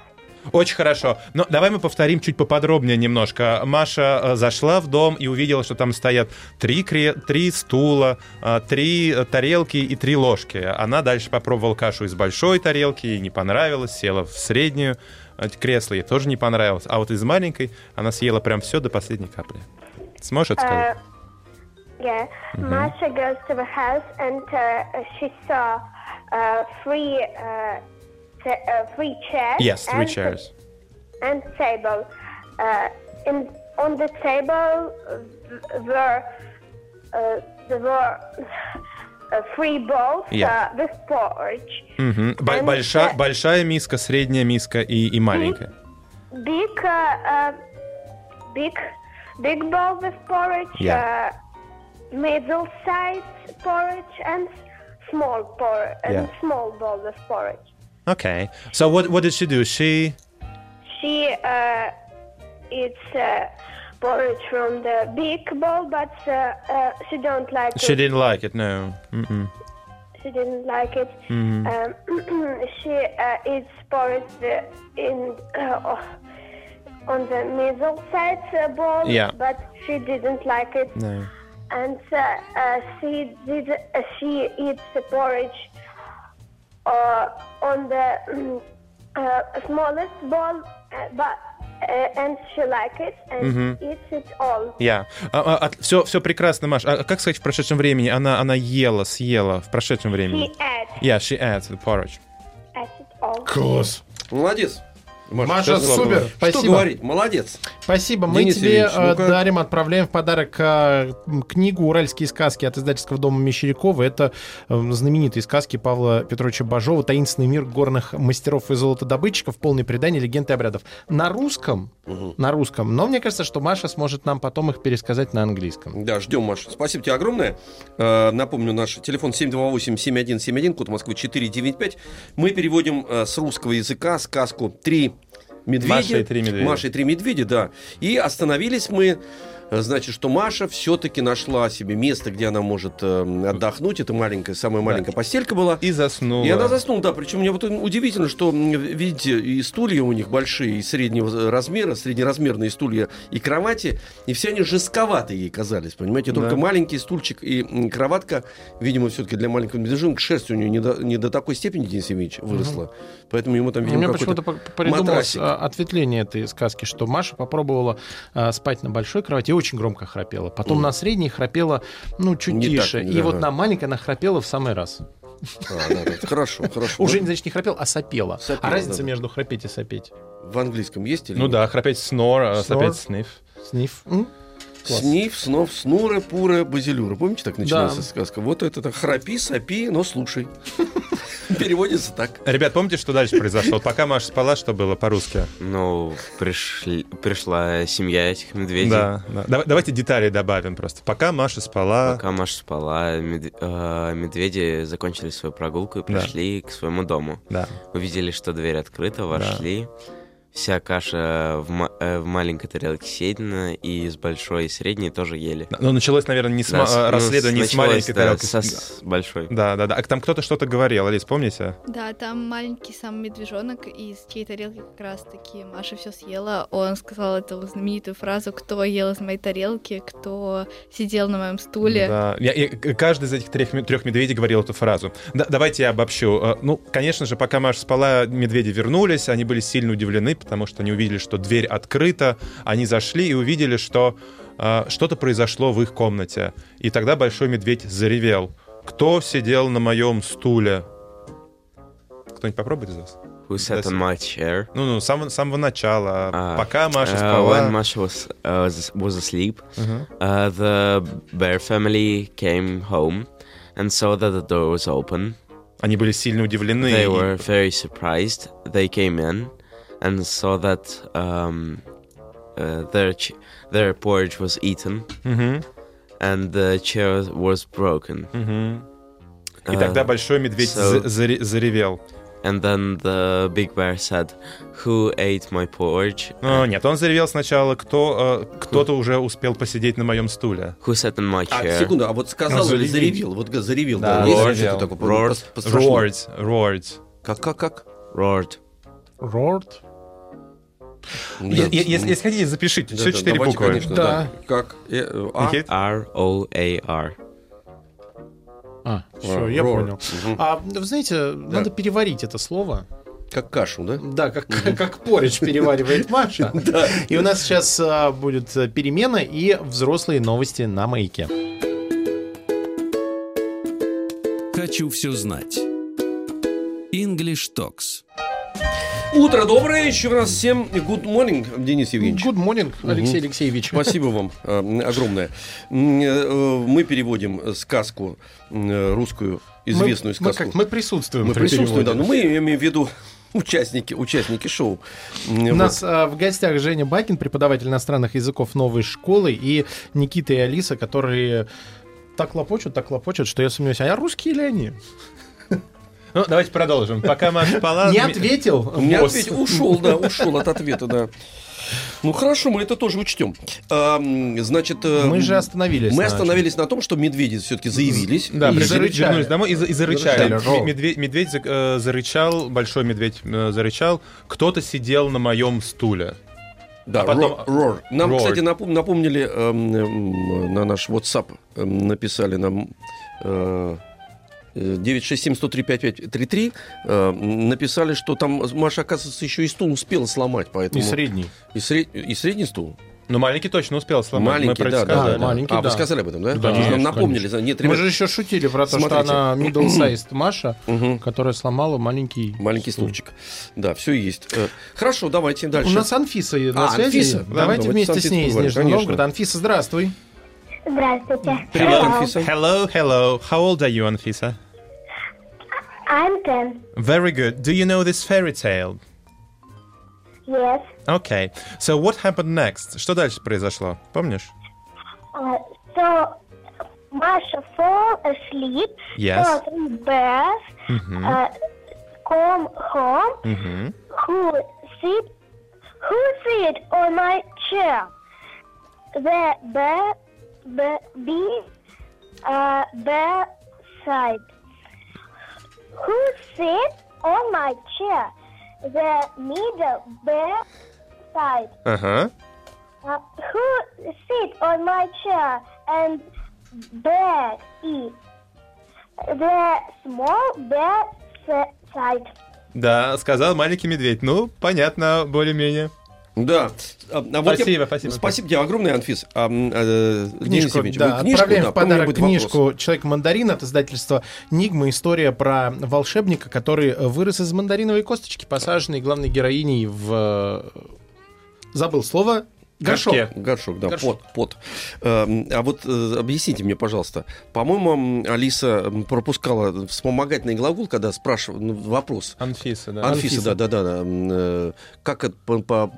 [SPEAKER 4] Очень хорошо. Но давай мы повторим чуть поподробнее немножко. Маша э, зашла в дом и увидела, что там стоят три, кре- три стула, э, три э, тарелки и три ложки. Она дальше попробовала кашу из большой тарелки, ей не понравилось, села в среднюю э, кресло, ей тоже не понравилось. А вот из маленькой она съела прям все до последней капли. Сможешь это сказать?
[SPEAKER 7] Yeah,
[SPEAKER 4] Mm-hmm.
[SPEAKER 7] Masha goes to the house and uh, she saw uh, three uh, t- uh, three chairs.
[SPEAKER 4] yes, three
[SPEAKER 7] and-
[SPEAKER 4] chairs.
[SPEAKER 7] and table. Uh, in, on the table uh, were uh, there were uh, three bowls
[SPEAKER 4] Yeah. Mm-hmm.
[SPEAKER 7] uh, with porridge.
[SPEAKER 4] Мгм. Бо-
[SPEAKER 7] Потому
[SPEAKER 4] большая-
[SPEAKER 7] что-
[SPEAKER 4] большая миска, средняя миска и, и маленькая.
[SPEAKER 7] Big, uh, uh, big, big bowl with porridge,
[SPEAKER 4] Yeah.
[SPEAKER 7] uh, middle size porridge, and small por- and
[SPEAKER 4] Yeah.
[SPEAKER 7] small bowl with porridge.
[SPEAKER 4] Okay. So what what did she do? She
[SPEAKER 7] She uh, eats uh, porridge from the big bowl, but uh, uh, she don't like
[SPEAKER 4] she
[SPEAKER 7] it.
[SPEAKER 4] didn't like it. No. Mm-mm.
[SPEAKER 7] She didn't like it.
[SPEAKER 4] Mm-hmm.
[SPEAKER 7] Um, <clears throat> she uh, eats porridge uh, in uh, on the middle side uh, bowl,
[SPEAKER 4] Yeah.
[SPEAKER 7] but she didn't like it.
[SPEAKER 4] No.
[SPEAKER 7] And uh, uh, she did. Uh, she eats the porridge uh, on the mm, uh, smallest bowl, uh, but uh, and she like it and
[SPEAKER 4] Mm-hmm.
[SPEAKER 7] eats it all.
[SPEAKER 4] Я. А, все, все прекрасно, Маш. А как сказать в прошедшем времени? Она она ела, съела в прошедшем
[SPEAKER 7] She
[SPEAKER 4] времени.
[SPEAKER 7] ate,
[SPEAKER 4] Yeah, she ate the porridge.
[SPEAKER 7] ate it all.
[SPEAKER 3] Класс.
[SPEAKER 2] Молодец.
[SPEAKER 3] Маша,
[SPEAKER 2] что
[SPEAKER 3] супер.
[SPEAKER 2] главное?
[SPEAKER 3] Спасибо.
[SPEAKER 2] Что говорить? Молодец.
[SPEAKER 3] Спасибо. Мы
[SPEAKER 2] Денис
[SPEAKER 3] тебе
[SPEAKER 2] Ильич,
[SPEAKER 3] э,
[SPEAKER 2] ну-ка.
[SPEAKER 3] дарим, отправляем в подарок э, м, книгу «Уральские сказки» от издательского дома Мещерякова. Это э, знаменитые сказки Павла Петровича Бажова «Таинственный мир горных мастеров и золотодобытчиков. Полные предания, легенды и обрядов». На русском, на русском. Но мне кажется, что Маша сможет нам потом их пересказать на английском.
[SPEAKER 2] Да, ждем, Маша. Спасибо тебе огромное. Э, Напомню, наш телефон 728-7171, код Москвы 495. Мы переводим э, с русского языка сказку «Три медведя».
[SPEAKER 4] Маша и три медведя.
[SPEAKER 2] Маша и три медведя, да. И остановились мы э, Значит, что Маша все-таки нашла себе место, где она может э, отдохнуть. Это маленькая, самая маленькая постелька была.
[SPEAKER 4] И заснула.
[SPEAKER 2] И она заснула, да. Причем мне вот удивительно, что, м, видите, и стулья у них большие, и среднего э, размера, среднеразмерные стулья, и кровати, и все они жестковатые ей казались, понимаете? Только
[SPEAKER 4] Да.
[SPEAKER 2] маленький стульчик и м, кроватка, видимо, все-таки для маленького медвежонка, шерсть у нее не до, не до такой степени, Денис Евгеньевич, выросла. Поэтому ему там,
[SPEAKER 3] Мне
[SPEAKER 2] видимо,
[SPEAKER 3] А почему-то
[SPEAKER 2] какой-то...
[SPEAKER 3] по- придумалось
[SPEAKER 2] матрасик.
[SPEAKER 3] э, ответвление этой сказки, что Маша попробовала э, спать на большой кровати и очень громко храпела. Потом на средней храпела, ну, чуть
[SPEAKER 2] Не так,
[SPEAKER 3] тише. и
[SPEAKER 2] да,
[SPEAKER 3] вот
[SPEAKER 2] да.
[SPEAKER 3] на маленькой она храпела в самый раз.
[SPEAKER 2] А, да, да, Хорошо, хорошо. Ну,
[SPEAKER 3] Уже,
[SPEAKER 2] Да.
[SPEAKER 3] значит, не храпел, а сопела.
[SPEAKER 2] Сопела,
[SPEAKER 3] а разница
[SPEAKER 2] да.
[SPEAKER 3] между храпеть и сопеть?
[SPEAKER 2] В английском есть или
[SPEAKER 4] Ну
[SPEAKER 2] нет?
[SPEAKER 4] да, храпеть снор, а
[SPEAKER 3] Snore.
[SPEAKER 4] опять сниф.
[SPEAKER 3] Сниф. М? Класс.
[SPEAKER 2] Сниф, снов, снуры, пуры, базилюры. Помните, так начинается
[SPEAKER 3] Да.
[SPEAKER 2] сказка? Вот это так. Храпи, сопи, но слушай. Переводится так.
[SPEAKER 4] Ребят, помните, что дальше произошло? Пока Маша спала, что было по-русски?
[SPEAKER 6] Ну, пришли, пришла семья этих медведей.
[SPEAKER 4] Да, да. Дава- Давайте детали добавим просто. Пока Маша спала.
[SPEAKER 6] Пока Маша спала, мед- э, медведи закончили свою прогулку и пришли к своему дому.
[SPEAKER 4] Да.
[SPEAKER 6] Увидели, что дверь открыта, вошли. Вся каша в, ма- э, в маленькой тарелке съедена, и из большой и средней тоже ели.
[SPEAKER 4] Но началось, наверное, не с ма-
[SPEAKER 6] Да,
[SPEAKER 4] э,
[SPEAKER 6] с-
[SPEAKER 4] расследование
[SPEAKER 6] ну,
[SPEAKER 4] с
[SPEAKER 6] началось,
[SPEAKER 4] маленькой
[SPEAKER 6] да,
[SPEAKER 4] тарелки.
[SPEAKER 6] со- с большой.
[SPEAKER 4] Да, да, да. А там кто-то что-то говорил, Алис, помните?
[SPEAKER 5] Да, там маленький сам медвежонок, из чьей тарелки как раз таки Маша все съела. Он сказал эту знаменитую фразу «Кто ел из моей тарелки? Кто сидел на моем стуле?»
[SPEAKER 4] Да. Я- и к- каждый из этих трех, ме- трех медведей говорил эту фразу. Да, давайте я обобщу. Э, Ну, конечно же, пока Маша спала, медведи вернулись, они были сильно удивлены, потому что они увидели, что дверь открыта, они зашли и увидели, что э, что-то произошло в их комнате. И тогда большой медведь заревел. Кто сидел на моем стуле? Кто-нибудь попробует из вас?
[SPEAKER 6] Who sat
[SPEAKER 4] Да,
[SPEAKER 6] on my chair?
[SPEAKER 4] Ну, ну, с самого, с самого начала,
[SPEAKER 6] А,
[SPEAKER 4] пока Маша
[SPEAKER 6] Uh,
[SPEAKER 4] спала.
[SPEAKER 6] when Masha was, uh, s- was asleep,
[SPEAKER 4] Мгм.
[SPEAKER 6] uh, the bear family came home and saw that the door was open.
[SPEAKER 4] Они были сильно удивлены.
[SPEAKER 6] They
[SPEAKER 4] И-
[SPEAKER 6] were very surprised. They came in and saw that um, uh, their ch- their porridge was eaten
[SPEAKER 4] Мгм,
[SPEAKER 6] and the chair was broken.
[SPEAKER 4] мгм. И
[SPEAKER 6] Uh,
[SPEAKER 2] Э,
[SPEAKER 4] тогда большой медведь
[SPEAKER 6] so-
[SPEAKER 4] за- заре- заревел.
[SPEAKER 6] Uh, and then the big bear said, "Who ate my porridge?
[SPEAKER 4] А, нет, он заревел сначала, кто, э, кто-то уже успел посидеть на моем стуле.
[SPEAKER 6] Who sat on my
[SPEAKER 2] А,
[SPEAKER 6] chair?"
[SPEAKER 2] секунду, а вот сказал
[SPEAKER 4] Ну,
[SPEAKER 2] или
[SPEAKER 4] заревел.
[SPEAKER 2] заревел? Вот га- заревел,
[SPEAKER 4] Да,
[SPEAKER 2] да. есть
[SPEAKER 4] заревел.
[SPEAKER 2] что-то такое? По-
[SPEAKER 6] Roared.
[SPEAKER 2] по- пострашнее?
[SPEAKER 4] Roared, roared.
[SPEAKER 2] Как, как, как?
[SPEAKER 6] Roared.
[SPEAKER 3] Рорд.
[SPEAKER 4] Е- е- Если, если хотите, запишите.
[SPEAKER 2] Да,
[SPEAKER 4] Все
[SPEAKER 2] да,
[SPEAKER 4] четыре
[SPEAKER 2] давайте,
[SPEAKER 4] буквы.
[SPEAKER 2] конечно, да. Как? Э, э, а?
[SPEAKER 4] Никит?
[SPEAKER 6] R O A R.
[SPEAKER 3] А, все,
[SPEAKER 2] Roar.
[SPEAKER 3] я
[SPEAKER 2] Roar.
[SPEAKER 3] понял. А, ну, вы знаете, надо переварить это слово.
[SPEAKER 2] Как кашу, да?
[SPEAKER 3] Да, как, как поридж <laughs> переваривает Маша. И у нас сейчас а, будет а, перемена и взрослые новости на маяке.
[SPEAKER 1] «Хочу все знать». English Токс.
[SPEAKER 2] Утро доброе, еще раз всем good morning, Денис Евгеньевич.
[SPEAKER 3] Good morning, Алексей Алексеевич.
[SPEAKER 2] Спасибо вам э, огромное. М, э, э, Мы переводим сказку э, русскую, известную
[SPEAKER 3] мы, мы,
[SPEAKER 2] сказку.
[SPEAKER 3] как, мы присутствуем.
[SPEAKER 2] Мы
[SPEAKER 3] при
[SPEAKER 2] присутствуем,
[SPEAKER 3] переводе.
[SPEAKER 2] да, но мы имеем в виду <laughs> участники, участники шоу. М,
[SPEAKER 3] У
[SPEAKER 2] вот.
[SPEAKER 3] нас э, в гостях Женя Бакин, преподаватель иностранных языков новой школы, и Никита и Алиса, которые так лопочут, так лопочут, что я сомневаюсь, а я русские или они?
[SPEAKER 4] Ну, давайте продолжим. Пока Маша
[SPEAKER 2] А,
[SPEAKER 4] спала...
[SPEAKER 3] Не
[SPEAKER 4] ми-
[SPEAKER 3] ответил.
[SPEAKER 2] У меня
[SPEAKER 3] босс.
[SPEAKER 2] ответ- ушел, да, ушел от ответа, да. Ну хорошо, мы это тоже учтем. А, м, значит, э,
[SPEAKER 3] Мы же остановились.
[SPEAKER 2] мы
[SPEAKER 3] на-
[SPEAKER 2] остановились на том, что медведи все-таки заявились.
[SPEAKER 4] Да,
[SPEAKER 3] И
[SPEAKER 4] пришли,
[SPEAKER 3] зарычали.
[SPEAKER 4] вернулись домой и, за- и зарычали.
[SPEAKER 3] Зарычали, роу.
[SPEAKER 4] М- медведь медведь за- э, зарычал, большой медведь э, зарычал. Кто-то сидел на моем стуле.
[SPEAKER 2] Да,
[SPEAKER 4] А потом-
[SPEAKER 2] ро- roar. Нам,
[SPEAKER 4] Roar.
[SPEAKER 2] кстати, напом- напомнили эм, эм, на наш WhatsApp, эм, написали нам э, 967-103-5533, э, написали, что там Маша, оказывается, еще и стул успела сломать,
[SPEAKER 3] И
[SPEAKER 2] поэтому...
[SPEAKER 3] средний.
[SPEAKER 2] И, сред- и средний стул?
[SPEAKER 4] Но Ну, маленький точно успел сломать.
[SPEAKER 2] маленький,
[SPEAKER 4] мы
[SPEAKER 2] да, да,
[SPEAKER 4] предсказали.
[SPEAKER 2] да, да.
[SPEAKER 3] маленький,
[SPEAKER 2] А, вы
[SPEAKER 3] да.
[SPEAKER 2] сказали об этом, да?
[SPEAKER 4] Да,
[SPEAKER 2] Потому что нам
[SPEAKER 3] конечно,
[SPEAKER 2] напомнили. за- Нет,
[SPEAKER 3] Мы
[SPEAKER 2] ребят,
[SPEAKER 3] же еще шутили про то,
[SPEAKER 2] Смотрите.
[SPEAKER 3] что
[SPEAKER 2] <clears throat>
[SPEAKER 3] она middle-sized Маша,
[SPEAKER 2] мгм,
[SPEAKER 3] которая сломала маленький...
[SPEAKER 2] Маленький стульчик. Да, все есть. Э, Хорошо, давайте дальше.
[SPEAKER 3] У нас Анфиса на
[SPEAKER 2] А,
[SPEAKER 3] связи.
[SPEAKER 2] Анфиса, да,
[SPEAKER 3] Давайте
[SPEAKER 2] давайте
[SPEAKER 3] вместе с
[SPEAKER 2] Анфису
[SPEAKER 3] ней из
[SPEAKER 2] позвоним,
[SPEAKER 3] Нижнего
[SPEAKER 2] конечно.
[SPEAKER 3] Новгорода. Анфиса, здравствуй.
[SPEAKER 7] Здравствуйте.
[SPEAKER 2] Привет,
[SPEAKER 7] Hello.
[SPEAKER 2] Анфиса.
[SPEAKER 4] Hello, hello. How old are you, Anfisa?
[SPEAKER 7] I'm 10.
[SPEAKER 4] Very good. Do you know this fairy tale?
[SPEAKER 7] Yes.
[SPEAKER 4] Okay. So what happened next? Что дальше произошло? Помнишь?
[SPEAKER 7] Uh, so Masha fall asleep.
[SPEAKER 4] Yes.
[SPEAKER 7] So three bears uh, come home.
[SPEAKER 4] Мгм.
[SPEAKER 7] Who sit? Who sit on my chair? The bear, bear, be, uh, bear side. Who sit on my chair? The middle bear side.
[SPEAKER 4] Ага.
[SPEAKER 7] Uh, who sit on my chair and bear eat? The small bear s- side.
[SPEAKER 4] Да, сказал маленький медведь. Ну, понятно, более-менее.
[SPEAKER 2] Да. А, а вот я-
[SPEAKER 4] Спасибо, спасибо.
[SPEAKER 2] Спасибо тебе огромное, Анфис. А, м, э, Денис
[SPEAKER 3] Книжку,
[SPEAKER 2] Евгеньевич,
[SPEAKER 3] да,
[SPEAKER 2] вы книжку,
[SPEAKER 3] отправляем
[SPEAKER 2] да,
[SPEAKER 3] в подарок
[SPEAKER 2] какой-нибудь вопрос?
[SPEAKER 3] книжку «Человек-мандарин» от издательства «Нигма. История про волшебника, который вырос из мандариновой косточки, посаженной главной героиней в... э, Забыл слово. Горшок.
[SPEAKER 4] Горшке.
[SPEAKER 2] Горшок, да,
[SPEAKER 3] Горшок.
[SPEAKER 2] пот, пот. Эм, А вот э, объясните мне, пожалуйста, по-моему, м, Алиса м, пропускала вспомогательный глагол, когда спрашивал ну, вопрос.
[SPEAKER 4] Анфиса, да.
[SPEAKER 2] Анфиса, да, да, да, да. м, э, Как это по- по-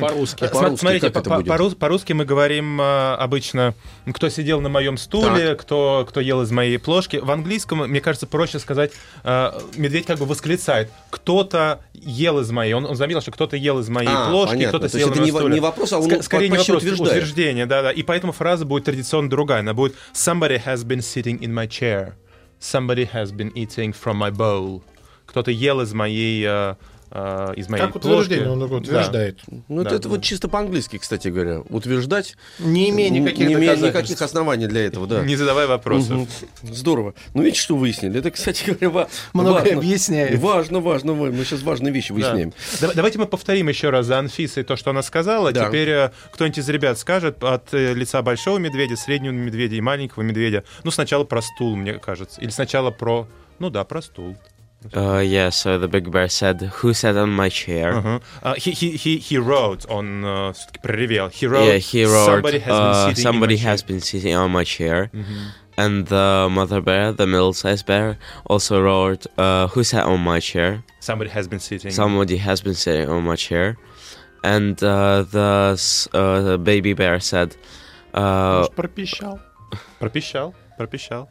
[SPEAKER 3] По-русски.
[SPEAKER 2] Э, по-русски
[SPEAKER 4] Смотрите,
[SPEAKER 2] как это
[SPEAKER 4] по-
[SPEAKER 2] будет?
[SPEAKER 4] по- по- русски мы говорим э, обычно, м, кто сидел на моем стуле, кто, кто ел из моей плошки. В английском, мне кажется, проще сказать, э, медведь как бы восклицает, кто-то ел из моей. Он, он заметил, что кто-то ел из моей
[SPEAKER 2] А,
[SPEAKER 4] плошки,
[SPEAKER 2] понятно.
[SPEAKER 4] кто-то
[SPEAKER 2] То есть
[SPEAKER 4] съел
[SPEAKER 2] это
[SPEAKER 4] на
[SPEAKER 2] не,
[SPEAKER 4] моем
[SPEAKER 2] во-
[SPEAKER 4] стуле.
[SPEAKER 2] не вопрос, а он
[SPEAKER 4] Ска- скорее не
[SPEAKER 2] почти
[SPEAKER 4] вопрос,
[SPEAKER 2] утверждает.
[SPEAKER 4] утверждение, да-да. И поэтому фраза будет традиционно другая. Она будет «Somebody has been sitting in my chair. Somebody has been eating from my bowl». Кто-то ел из моей... э, э, из моей
[SPEAKER 3] Как
[SPEAKER 4] плошки.
[SPEAKER 3] утверждение, он
[SPEAKER 4] Да.
[SPEAKER 3] утверждает.
[SPEAKER 2] Ну, это,
[SPEAKER 4] Да,
[SPEAKER 2] это вот чисто по-английски, кстати говоря, утверждать,
[SPEAKER 3] Не имея никаких
[SPEAKER 2] не имея
[SPEAKER 3] доказательств.
[SPEAKER 2] никаких оснований для этого, да.
[SPEAKER 4] Не задавай вопросов.
[SPEAKER 2] Мгм. Здорово. Ну, видите, что выяснили? Это, кстати говоря, ва-
[SPEAKER 3] Многое
[SPEAKER 2] важно.
[SPEAKER 3] объясняет.
[SPEAKER 2] Важно, важно. ва- Мы сейчас важные вещи
[SPEAKER 4] Да.
[SPEAKER 2] выясняем.
[SPEAKER 4] Да- Давайте мы повторим еще раз за Анфисой то, что она сказала.
[SPEAKER 2] Да.
[SPEAKER 4] Теперь э, кто-нибудь из ребят скажет от э, лица большого медведя, среднего медведя и маленького медведя. Ну, сначала про стул, мне кажется. Или сначала про... Ну да, про стул.
[SPEAKER 6] Uh, yeah, so the big bear said, Who sat on my chair?
[SPEAKER 4] Ага. А, he, he, he, he wrote, он все-таки проревел. He wrote,
[SPEAKER 6] Yeah, he roared.
[SPEAKER 4] somebody has
[SPEAKER 6] uh,
[SPEAKER 4] been sitting in my
[SPEAKER 6] somebody
[SPEAKER 4] chair."
[SPEAKER 6] has
[SPEAKER 4] Mm-hmm.
[SPEAKER 6] been sitting on my chair.
[SPEAKER 4] Мгм.
[SPEAKER 6] And the mother bear, the middle-sized bear, also roared, uh, "Who sat on my chair?"
[SPEAKER 4] Somebody has been sitting.
[SPEAKER 6] Somebody has been sitting on my chair. And uh, the, s- uh, the baby bear said, uh,
[SPEAKER 3] Может, пропищал.
[SPEAKER 4] Пропищал, пропищал.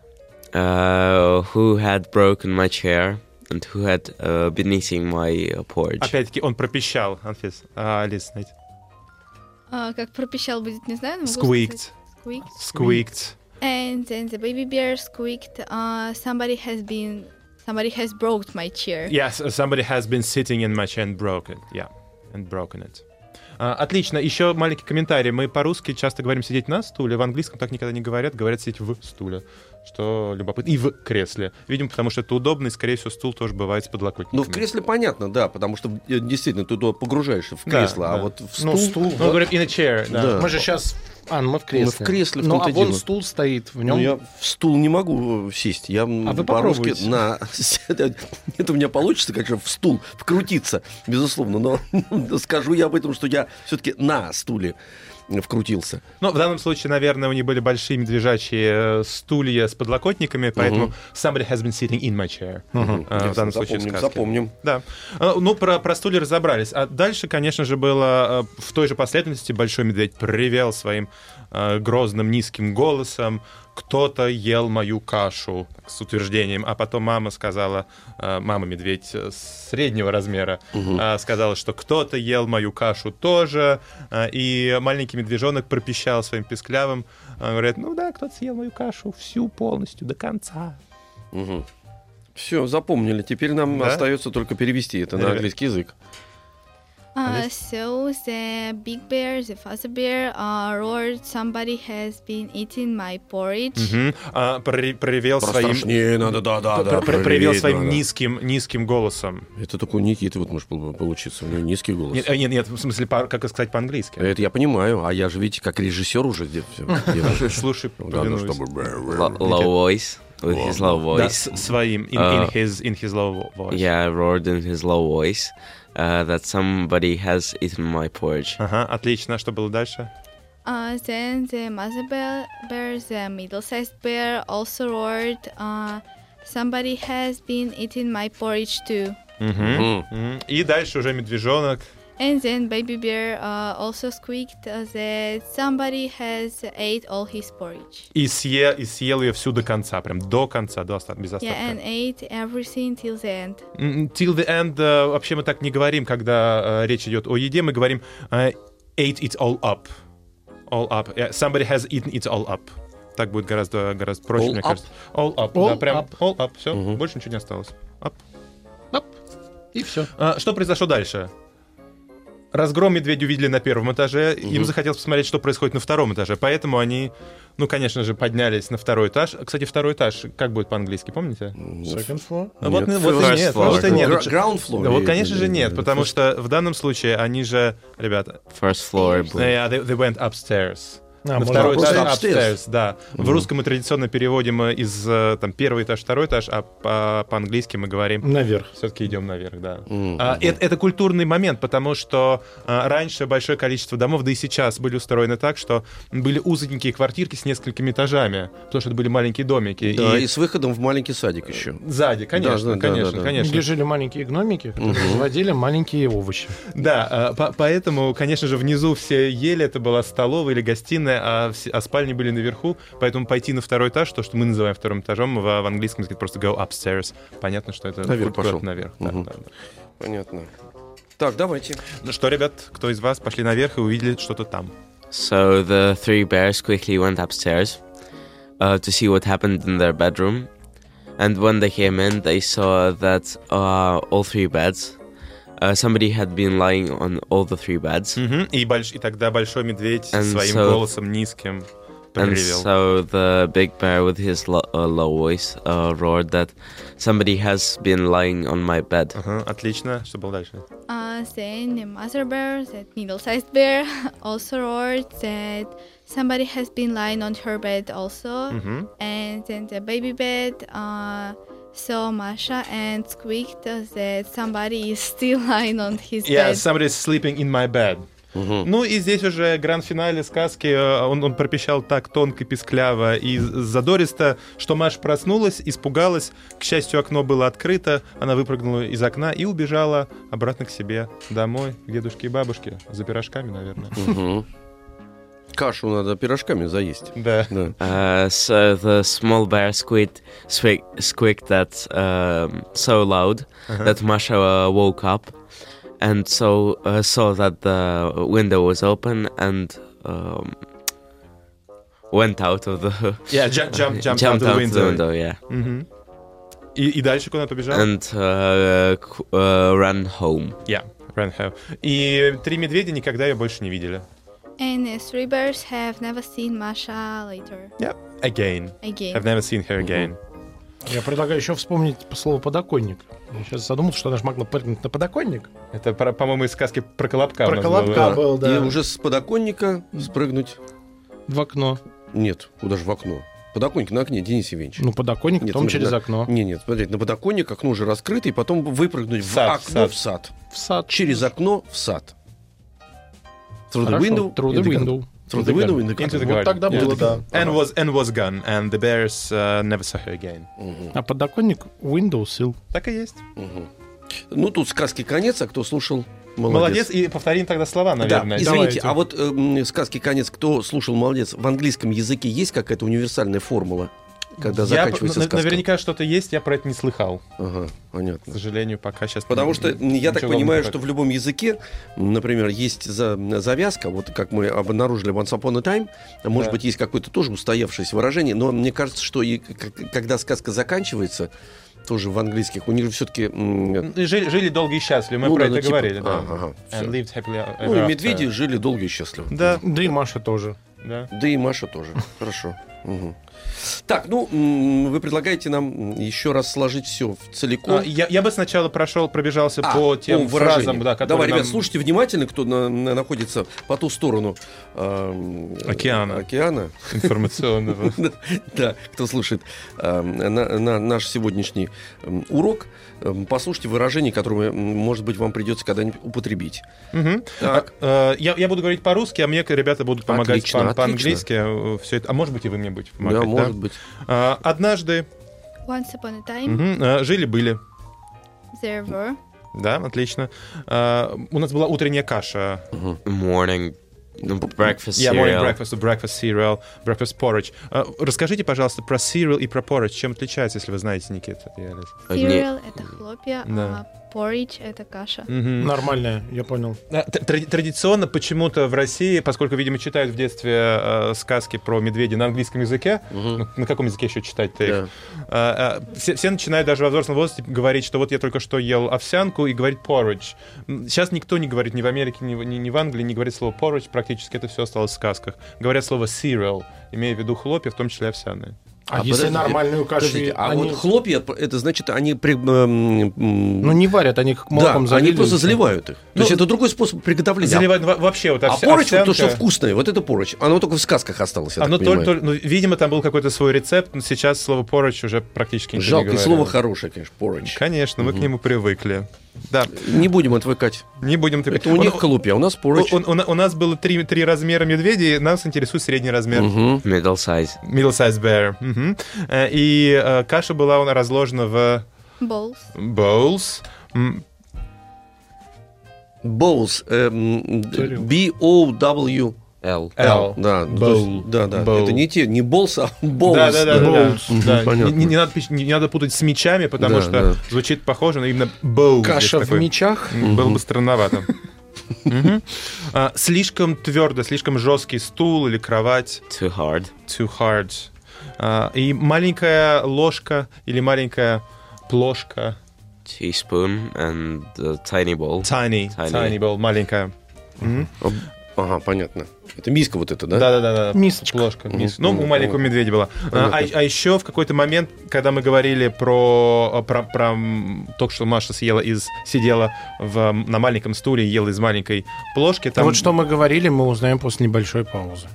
[SPEAKER 6] uh, "Who had broken my chair?" And who had uh, been eating my uh, porridge?
[SPEAKER 4] Опять-таки он пропищал, Анфис. А, Алис, знаете.
[SPEAKER 5] А, как пропищал будет, не знаю, но могу
[SPEAKER 4] Squeaked.
[SPEAKER 5] сказать. Squeaked.
[SPEAKER 4] Squeaked.
[SPEAKER 5] And then the baby bear squeaked. Uh, somebody has been, somebody has broke my chair.
[SPEAKER 4] Yes, somebody has been sitting in my chair and broken. Yeah, and broken it. А, Отлично. Еще маленький комментарий. Мы по-русски часто говорим сидеть на стуле, в английском так никогда не говорят, говорят сидеть в стуле, что любопытно. И в кресле. Видимо, потому что это удобно, и, скорее всего, стул тоже бывает с подлокотниками.
[SPEAKER 2] Ну, в кресле понятно, да, потому что э, действительно ты туда погружаешься в
[SPEAKER 4] Да,
[SPEAKER 2] кресло, а
[SPEAKER 4] да.
[SPEAKER 2] вот в стул...
[SPEAKER 3] Ну, стул.
[SPEAKER 4] Ну, говорят in a chair, да.
[SPEAKER 2] Да.
[SPEAKER 3] Мы же сейчас А, ну мы в кресле.
[SPEAKER 2] Мы в кресле в
[SPEAKER 3] Ну,
[SPEAKER 2] том-то
[SPEAKER 3] а
[SPEAKER 2] и
[SPEAKER 3] вон
[SPEAKER 2] дело.
[SPEAKER 3] стул стоит, в
[SPEAKER 2] Ну,
[SPEAKER 3] нем...
[SPEAKER 2] я в стул не могу э, сесть. Я м,
[SPEAKER 3] А вы
[SPEAKER 2] по-русски
[SPEAKER 3] попробуйте.
[SPEAKER 2] на... <laughs> Это у меня получится, как же в стул вкрутиться, безусловно. Но <laughs> скажу я об этом, что я все-таки на стуле вкрутился.
[SPEAKER 4] Ну, в данном случае, наверное, у них были большие медвежачьи э, стулья с подлокотниками, поэтому somebody has been sitting in my chair. Э,
[SPEAKER 2] Ясно,
[SPEAKER 4] в данном случае
[SPEAKER 2] запомним,
[SPEAKER 4] сказки.
[SPEAKER 2] запомним.
[SPEAKER 4] Да. Э, Ну, про, про стулья разобрались. А дальше, конечно же, было э, в той же последовательности Большой Медведь привел своим э, грозным низким голосом «Кто-то ел мою кашу» с утверждением. А потом мама сказала, э, мама-медведь э, среднего размера, э, сказала, что «Кто-то ел мою кашу тоже». Э, И маленький медвежонок пропищал своим писклявым, э, говорит, «Ну да, кто-то съел мою кашу всю полностью, до конца».
[SPEAKER 2] Все, запомнили. Теперь нам
[SPEAKER 4] Да?
[SPEAKER 2] остается только перевести это на
[SPEAKER 4] Ребят.
[SPEAKER 2] английский язык.
[SPEAKER 5] Uh,
[SPEAKER 4] Yes.
[SPEAKER 5] so the big bear, the father bear, uh, roared, "Somebody has been eating my porridge."
[SPEAKER 4] Мгм. А, при- Привел своим
[SPEAKER 2] Страшнее надо, да-да-да.
[SPEAKER 4] Пр- пр- Проявил
[SPEAKER 2] проверить
[SPEAKER 4] своим
[SPEAKER 2] надо.
[SPEAKER 4] низким, низким голосом.
[SPEAKER 2] Это только у Никиты вот может пол- получиться. У него низкий голос.
[SPEAKER 4] Нет, э, нет, нет, в смысле, по- как это сказать по-английски?
[SPEAKER 2] Это я понимаю, а я же, видите, как режиссер уже де- всё
[SPEAKER 4] <laughs>
[SPEAKER 2] делаю.
[SPEAKER 4] Слушай,
[SPEAKER 2] Да, ну,
[SPEAKER 4] повинуюсь.
[SPEAKER 2] чтобы-
[SPEAKER 6] Lo- low voice with his low
[SPEAKER 4] Да,
[SPEAKER 6] voice.
[SPEAKER 4] с своим, in,
[SPEAKER 2] А.
[SPEAKER 4] in his, in his low voice.
[SPEAKER 6] Yeah, I roared in his low voice uh, that somebody has eaten my porridge.
[SPEAKER 4] Ага, отлично. А Что было дальше?
[SPEAKER 5] Uh, then the mother bear, bear, the middle-sized bear, also roared, uh, "Somebody has been eating my porridge too."
[SPEAKER 2] Мгм.
[SPEAKER 4] Мгм. И дальше уже медвежонок.
[SPEAKER 5] And then baby bear uh, also squeaked uh, that somebody has ate all his porridge.
[SPEAKER 4] И съел, и съел ее всю до конца, прям до конца, до оста- без остатка.
[SPEAKER 5] Yeah, and ate everything till the end.
[SPEAKER 4] М, Till the end э, вообще мы так не говорим, когда э, речь идет о еде, мы говорим э, ate it all up. All up. Э, Somebody has eaten it all up. Так будет гораздо, гораздо проще,
[SPEAKER 2] All
[SPEAKER 4] мне
[SPEAKER 2] up?
[SPEAKER 4] кажется. All up, да,
[SPEAKER 3] All
[SPEAKER 4] прям
[SPEAKER 3] up.
[SPEAKER 4] all up, все, больше ничего не осталось. Up.
[SPEAKER 3] Оп. И все.
[SPEAKER 4] А, что произошло дальше? Разгром медведь увидели на первом этаже, им захотелось посмотреть, что происходит на втором этаже, поэтому они, ну, конечно же, поднялись на второй этаж. Кстати, второй этаж, как будет по-английски, помните?
[SPEAKER 3] Second floor.
[SPEAKER 4] А Вот,
[SPEAKER 2] Нет,
[SPEAKER 4] вот и
[SPEAKER 6] first
[SPEAKER 4] нет,
[SPEAKER 6] floor.
[SPEAKER 4] вот и нет.
[SPEAKER 2] Гра- Ground floor.
[SPEAKER 4] Да вот,
[SPEAKER 2] Или-
[SPEAKER 4] конечно же,
[SPEAKER 2] или-
[SPEAKER 4] нет,
[SPEAKER 2] или-
[SPEAKER 4] потому что в данном случае они же, ребята,
[SPEAKER 6] First floor,
[SPEAKER 5] Stairs.
[SPEAKER 6] bl-
[SPEAKER 4] yeah, they, they went upstairs.
[SPEAKER 3] А,
[SPEAKER 4] На
[SPEAKER 3] можно
[SPEAKER 4] второй этаж
[SPEAKER 2] просто
[SPEAKER 4] upstairs,
[SPEAKER 2] upstairs.
[SPEAKER 4] да. В русском мы традиционно переводим э, из э, там первый этаж, второй этаж, а по- по-английски мы говорим
[SPEAKER 3] Наверх.
[SPEAKER 4] все-таки идем наверх, да. А, это, это культурный момент, потому что а, раньше большое количество домов, да и сейчас, были устроены так, что были узенькие квартирки с несколькими этажами, потому что это были маленькие домики.
[SPEAKER 2] Да,
[SPEAKER 4] и...
[SPEAKER 2] и с выходом в маленький садик еще.
[SPEAKER 4] Сзади,
[SPEAKER 2] Да, да,
[SPEAKER 4] конечно,
[SPEAKER 2] да,
[SPEAKER 4] конечно,
[SPEAKER 2] да, да.
[SPEAKER 4] конечно.
[SPEAKER 3] Где жили маленькие гномики, которые разводили маленькие овощи.
[SPEAKER 4] Да, э, по- поэтому, конечно же, внизу все ели, это была столовая или гостиная, а, все- а спальни были наверху, поэтому пойти на второй этаж, то, что мы называем вторым этажом, в, в английском языке просто go upstairs. Понятно, что это
[SPEAKER 2] Наверх
[SPEAKER 4] куда-то
[SPEAKER 2] пошел.
[SPEAKER 4] наверх. да,
[SPEAKER 2] Мгм.
[SPEAKER 4] да, да.
[SPEAKER 2] Понятно. Так, давайте.
[SPEAKER 4] Ну что, ребят, кто из вас пошли наверх и увидели что-то там?
[SPEAKER 6] So the three bears quickly went upstairs uh, to see what happened in their bedroom. And when they came in, they saw that uh, all three beds, uh, somebody had been lying on all the three beds.
[SPEAKER 4] Мгм. И, больш- и тогда большой медведь
[SPEAKER 6] And
[SPEAKER 4] своим
[SPEAKER 6] so-
[SPEAKER 4] голосом низким
[SPEAKER 6] And
[SPEAKER 4] проревел.
[SPEAKER 6] so the big bear, with his lo- uh, low voice, uh, roared that somebody has been lying on my bed.
[SPEAKER 4] Ага, отлично. Что было дальше?
[SPEAKER 5] Uh, then the mother bear, that middle-sized bear, <laughs> also roared that somebody has been lying on her bed also.
[SPEAKER 4] Мгм.
[SPEAKER 5] And then the baby bed uh, saw Masha and squeaked that somebody is still <laughs> lying on his
[SPEAKER 4] Yeah,
[SPEAKER 5] bed.
[SPEAKER 4] somebody's sleeping in my bed. Ну и здесь уже гранд-финале сказки э, он, он пропищал так тонко, пискляво и з- задористо, что Маша проснулась, испугалась. К счастью, окно было открыто, она выпрыгнула из окна и убежала обратно к себе домой, к дедушке и бабушке. За пирожками, наверное.
[SPEAKER 2] Кашу надо пирожками заесть.
[SPEAKER 4] <laughs> Да.
[SPEAKER 2] Да.
[SPEAKER 6] Uh, so the small bear squeaked, squeak, squeaked that um, so loud
[SPEAKER 4] Uh-huh.
[SPEAKER 6] that Masha uh, woke up and so uh, saw that the window was open and um, went out of the <laughs>
[SPEAKER 4] Yeah, jump- jump- jumped out the
[SPEAKER 6] out the
[SPEAKER 4] window.
[SPEAKER 6] window, yeah,
[SPEAKER 4] Мгм. И, и дальше куда побежала?
[SPEAKER 6] and uh, qu- uh, ran home.
[SPEAKER 4] Yeah, ran home. И три медведя никогда ее больше не видели.
[SPEAKER 5] And the three bears have never seen Masha later
[SPEAKER 4] Yeah, again. I've
[SPEAKER 5] again.
[SPEAKER 4] never seen her again.
[SPEAKER 3] Я предлагаю еще вспомнить слово подоконник. Я сейчас задумался, что она же могла прыгнуть на подоконник.
[SPEAKER 4] Это, про- по-моему, из сказки про колобка. у
[SPEAKER 3] Про
[SPEAKER 4] нас было.
[SPEAKER 3] колобка был, да.
[SPEAKER 2] И уже с подоконника спрыгнуть
[SPEAKER 3] в окно.
[SPEAKER 2] Нет, куда же в окно? Подоконник на окне, Денис Евгеньевич.
[SPEAKER 3] Ну, подоконник,
[SPEAKER 2] Нет,
[SPEAKER 3] потом
[SPEAKER 2] смотри,
[SPEAKER 3] через
[SPEAKER 2] да.
[SPEAKER 3] окно.
[SPEAKER 2] Не, нет, смотрите, на подоконник окно уже раскрыто, и потом выпрыгнуть в,
[SPEAKER 4] Сад,
[SPEAKER 2] окно
[SPEAKER 4] сад.
[SPEAKER 2] в сад.
[SPEAKER 3] В сад.
[SPEAKER 2] Через окно в сад. Through the
[SPEAKER 3] Хорошо.
[SPEAKER 2] window.
[SPEAKER 3] Through
[SPEAKER 2] in
[SPEAKER 3] the
[SPEAKER 2] the garden.
[SPEAKER 3] window.
[SPEAKER 2] Through the window in the garden.
[SPEAKER 4] Into the garden.
[SPEAKER 3] Вот тогда
[SPEAKER 4] Yeah.
[SPEAKER 3] было, да.
[SPEAKER 4] And was and was gone, and the bears uh, never saw her again.
[SPEAKER 3] А подоконник Windows сил.
[SPEAKER 4] Так и есть.
[SPEAKER 2] Ну, тут сказки конец, а кто слушал,
[SPEAKER 4] Молодец. И повторим тогда слова, наверное.
[SPEAKER 2] Да, извините,
[SPEAKER 4] Давайте.
[SPEAKER 2] а вот эм, сказки конец, кто слушал, молодец. В английском языке есть какая-то универсальная формула, когда
[SPEAKER 4] Я
[SPEAKER 2] заканчивается
[SPEAKER 4] на-
[SPEAKER 2] сказка?
[SPEAKER 4] Наверняка что-то есть, я про это не слыхал.
[SPEAKER 2] Ага,
[SPEAKER 4] К
[SPEAKER 2] понятно.
[SPEAKER 4] сожалению, пока сейчас.
[SPEAKER 2] Потому что м, я так понимаю, что в любом языке, м, например, есть за- завязка, вот как мы обнаружили в Once Upon a Time, а может
[SPEAKER 4] Да.
[SPEAKER 2] быть, есть какое-то тоже устоявшееся выражение, но мне кажется, что и к- когда сказка заканчивается, тоже в английских, у них же ну, все-таки...
[SPEAKER 4] жили, жили долго и счастливы. Мы про это
[SPEAKER 2] типа,
[SPEAKER 4] говорили, да. And э. lived happily ever
[SPEAKER 2] Ну, и
[SPEAKER 4] after.
[SPEAKER 2] медведи жили долго и счастливо.
[SPEAKER 4] Да,
[SPEAKER 3] Да и Маша тоже.
[SPEAKER 4] да.
[SPEAKER 2] Да и Маша
[SPEAKER 4] <laughs>
[SPEAKER 2] тоже. Хорошо. Мгм. Так, ну, м, вы предлагаете нам м, еще раз сложить все в целиком.
[SPEAKER 4] А, я, я бы сначала прошел, пробежался
[SPEAKER 2] Ну, А,
[SPEAKER 4] по тем
[SPEAKER 2] выражениям.
[SPEAKER 4] фразам, да, которые
[SPEAKER 2] Давай,
[SPEAKER 4] нам-
[SPEAKER 2] ребят, слушайте внимательно, кто на- на- находится по ту сторону эм, э,
[SPEAKER 4] Океана.
[SPEAKER 2] океана. <laughs>
[SPEAKER 4] информационного.
[SPEAKER 2] Да, кто слушает эм, на- на- наш сегодняшний эм, урок. Эм, Послушайте выражение, которое, м, может быть, вам придется когда-нибудь употребить.
[SPEAKER 4] Мгм.
[SPEAKER 2] Так.
[SPEAKER 4] А, э, Я я буду говорить по-русски, а мне ребята будут помогать
[SPEAKER 2] Отлично,
[SPEAKER 4] по- по-английски. Все это. А может быть, и вы мне будете
[SPEAKER 2] Да,
[SPEAKER 4] помогать, да?
[SPEAKER 2] может быть.
[SPEAKER 4] А, Однажды
[SPEAKER 5] Once upon a time,
[SPEAKER 4] мгм, э, жили-были.
[SPEAKER 5] there were
[SPEAKER 4] Да, отлично. А, У нас была утренняя каша.
[SPEAKER 6] Morning breakfast
[SPEAKER 4] Я morning
[SPEAKER 6] cereal.
[SPEAKER 4] breakfast, breakfast cereal, breakfast porridge. А, Расскажите, пожалуйста, про cereal и про porridge. Чем отличается, если вы знаете, Никита? и Алис?
[SPEAKER 6] Одни-
[SPEAKER 5] cereal — это хлопья,
[SPEAKER 4] Да.
[SPEAKER 5] а uh, porridge — это каша.
[SPEAKER 3] Mm-hmm.
[SPEAKER 4] Мгм.
[SPEAKER 3] Нормальная, я понял.
[SPEAKER 4] А, т- тради- Традиционно почему-то в России, поскольку, видимо, читают в детстве э, сказки про медведей на английском языке, ну, на каком языке еще читать-то их?
[SPEAKER 2] Да.
[SPEAKER 4] А, а, все, все начинают даже во взрослом возрасте говорить, что вот я только что ел овсянку и говорит porridge. М, Сейчас никто не говорит ни в Америке, ни, в- ни- ни в Англии, не говорит слово porridge, практически это все осталось в сказках. Говорят слово cereal, имея в виду хлопья, в том числе овсяные.
[SPEAKER 3] А,
[SPEAKER 2] А
[SPEAKER 3] если
[SPEAKER 2] подождите,
[SPEAKER 3] нормальную кашу...
[SPEAKER 2] Подождите, а
[SPEAKER 3] они-
[SPEAKER 2] вот хлопья, это значит, они... при- м, м,
[SPEAKER 3] Ну, не варят, они как молоком
[SPEAKER 2] да, они
[SPEAKER 3] залили,
[SPEAKER 2] просто
[SPEAKER 3] и всё.
[SPEAKER 2] заливают их. То
[SPEAKER 4] Ну,
[SPEAKER 2] есть это другой способ приготовления. А
[SPEAKER 4] Заливать ну, во- вообще вот
[SPEAKER 2] А
[SPEAKER 4] овся-
[SPEAKER 2] порочь, вот то, что
[SPEAKER 4] овсянка-
[SPEAKER 2] вкусное, вот это порочь. Оно только в сказках осталось, я так
[SPEAKER 4] Оно
[SPEAKER 2] понимаю.
[SPEAKER 4] только, ну, видимо, там был какой-то свой рецепт, но сейчас слово porridge уже практически никто не
[SPEAKER 2] Жалко, и
[SPEAKER 4] говорит.
[SPEAKER 2] слово хорошее, конечно, порочь.
[SPEAKER 4] Конечно, мы к нему привыкли. Да,
[SPEAKER 2] Не будем отвыкать.
[SPEAKER 4] не будем... ты-
[SPEAKER 2] Это у
[SPEAKER 4] Он-
[SPEAKER 2] них хлопья, а у нас порочь.
[SPEAKER 4] у, у- у нас было три, три размера медведей, нас интересует средний размер.
[SPEAKER 2] Мгм.
[SPEAKER 6] Middle size.
[SPEAKER 4] Middle-sized bear. Мгм. Э, И э, каша была у нас разложена в
[SPEAKER 5] Bowls.
[SPEAKER 4] bowls. М,
[SPEAKER 2] Bowls. эм,
[SPEAKER 3] Тарелка.
[SPEAKER 2] B-O-W.
[SPEAKER 6] L.
[SPEAKER 4] L.
[SPEAKER 2] А, Да, ну,
[SPEAKER 4] Bowl.
[SPEAKER 2] то есть- да, да.
[SPEAKER 4] Bowl.
[SPEAKER 2] Это не те, не bowls, а bowls.
[SPEAKER 4] Да, да, да, да, да.
[SPEAKER 2] Мгм,
[SPEAKER 4] Да,
[SPEAKER 2] понятно.
[SPEAKER 4] Не, не- не надо, пич- не- не надо путать с мечами, потому
[SPEAKER 2] Да,
[SPEAKER 4] что
[SPEAKER 2] да.
[SPEAKER 4] звучит похоже, но именно bowl. здесь
[SPEAKER 3] Каша в
[SPEAKER 4] такой.
[SPEAKER 3] мечах.
[SPEAKER 4] М, Было
[SPEAKER 2] <laughs>
[SPEAKER 4] бы странновато. Мгм. А, Слишком твердо, слишком жесткий стул или кровать.
[SPEAKER 6] Too hard.
[SPEAKER 4] Too hard. А, И маленькая ложка или маленькая плошка.
[SPEAKER 6] Teaspoon and a tiny bowl.
[SPEAKER 4] Tiny.
[SPEAKER 6] Tiny.
[SPEAKER 4] Tiny bowl. Маленькая.
[SPEAKER 2] Ага, понятно. Это миска вот эта, да?
[SPEAKER 4] Да, да, да, да.
[SPEAKER 3] Мисочка.
[SPEAKER 4] Ложка.
[SPEAKER 2] Мгм.
[SPEAKER 4] мис- Ну, у маленького медведя была. А,
[SPEAKER 2] Понятно.
[SPEAKER 4] а еще в какой-то момент, когда мы говорили про, э, про, про м, то, что Маша съела из сидела в, на маленьком стуле и ела из маленькой плошки, там
[SPEAKER 3] Вот что мы говорили, мы узнаем после небольшой паузы.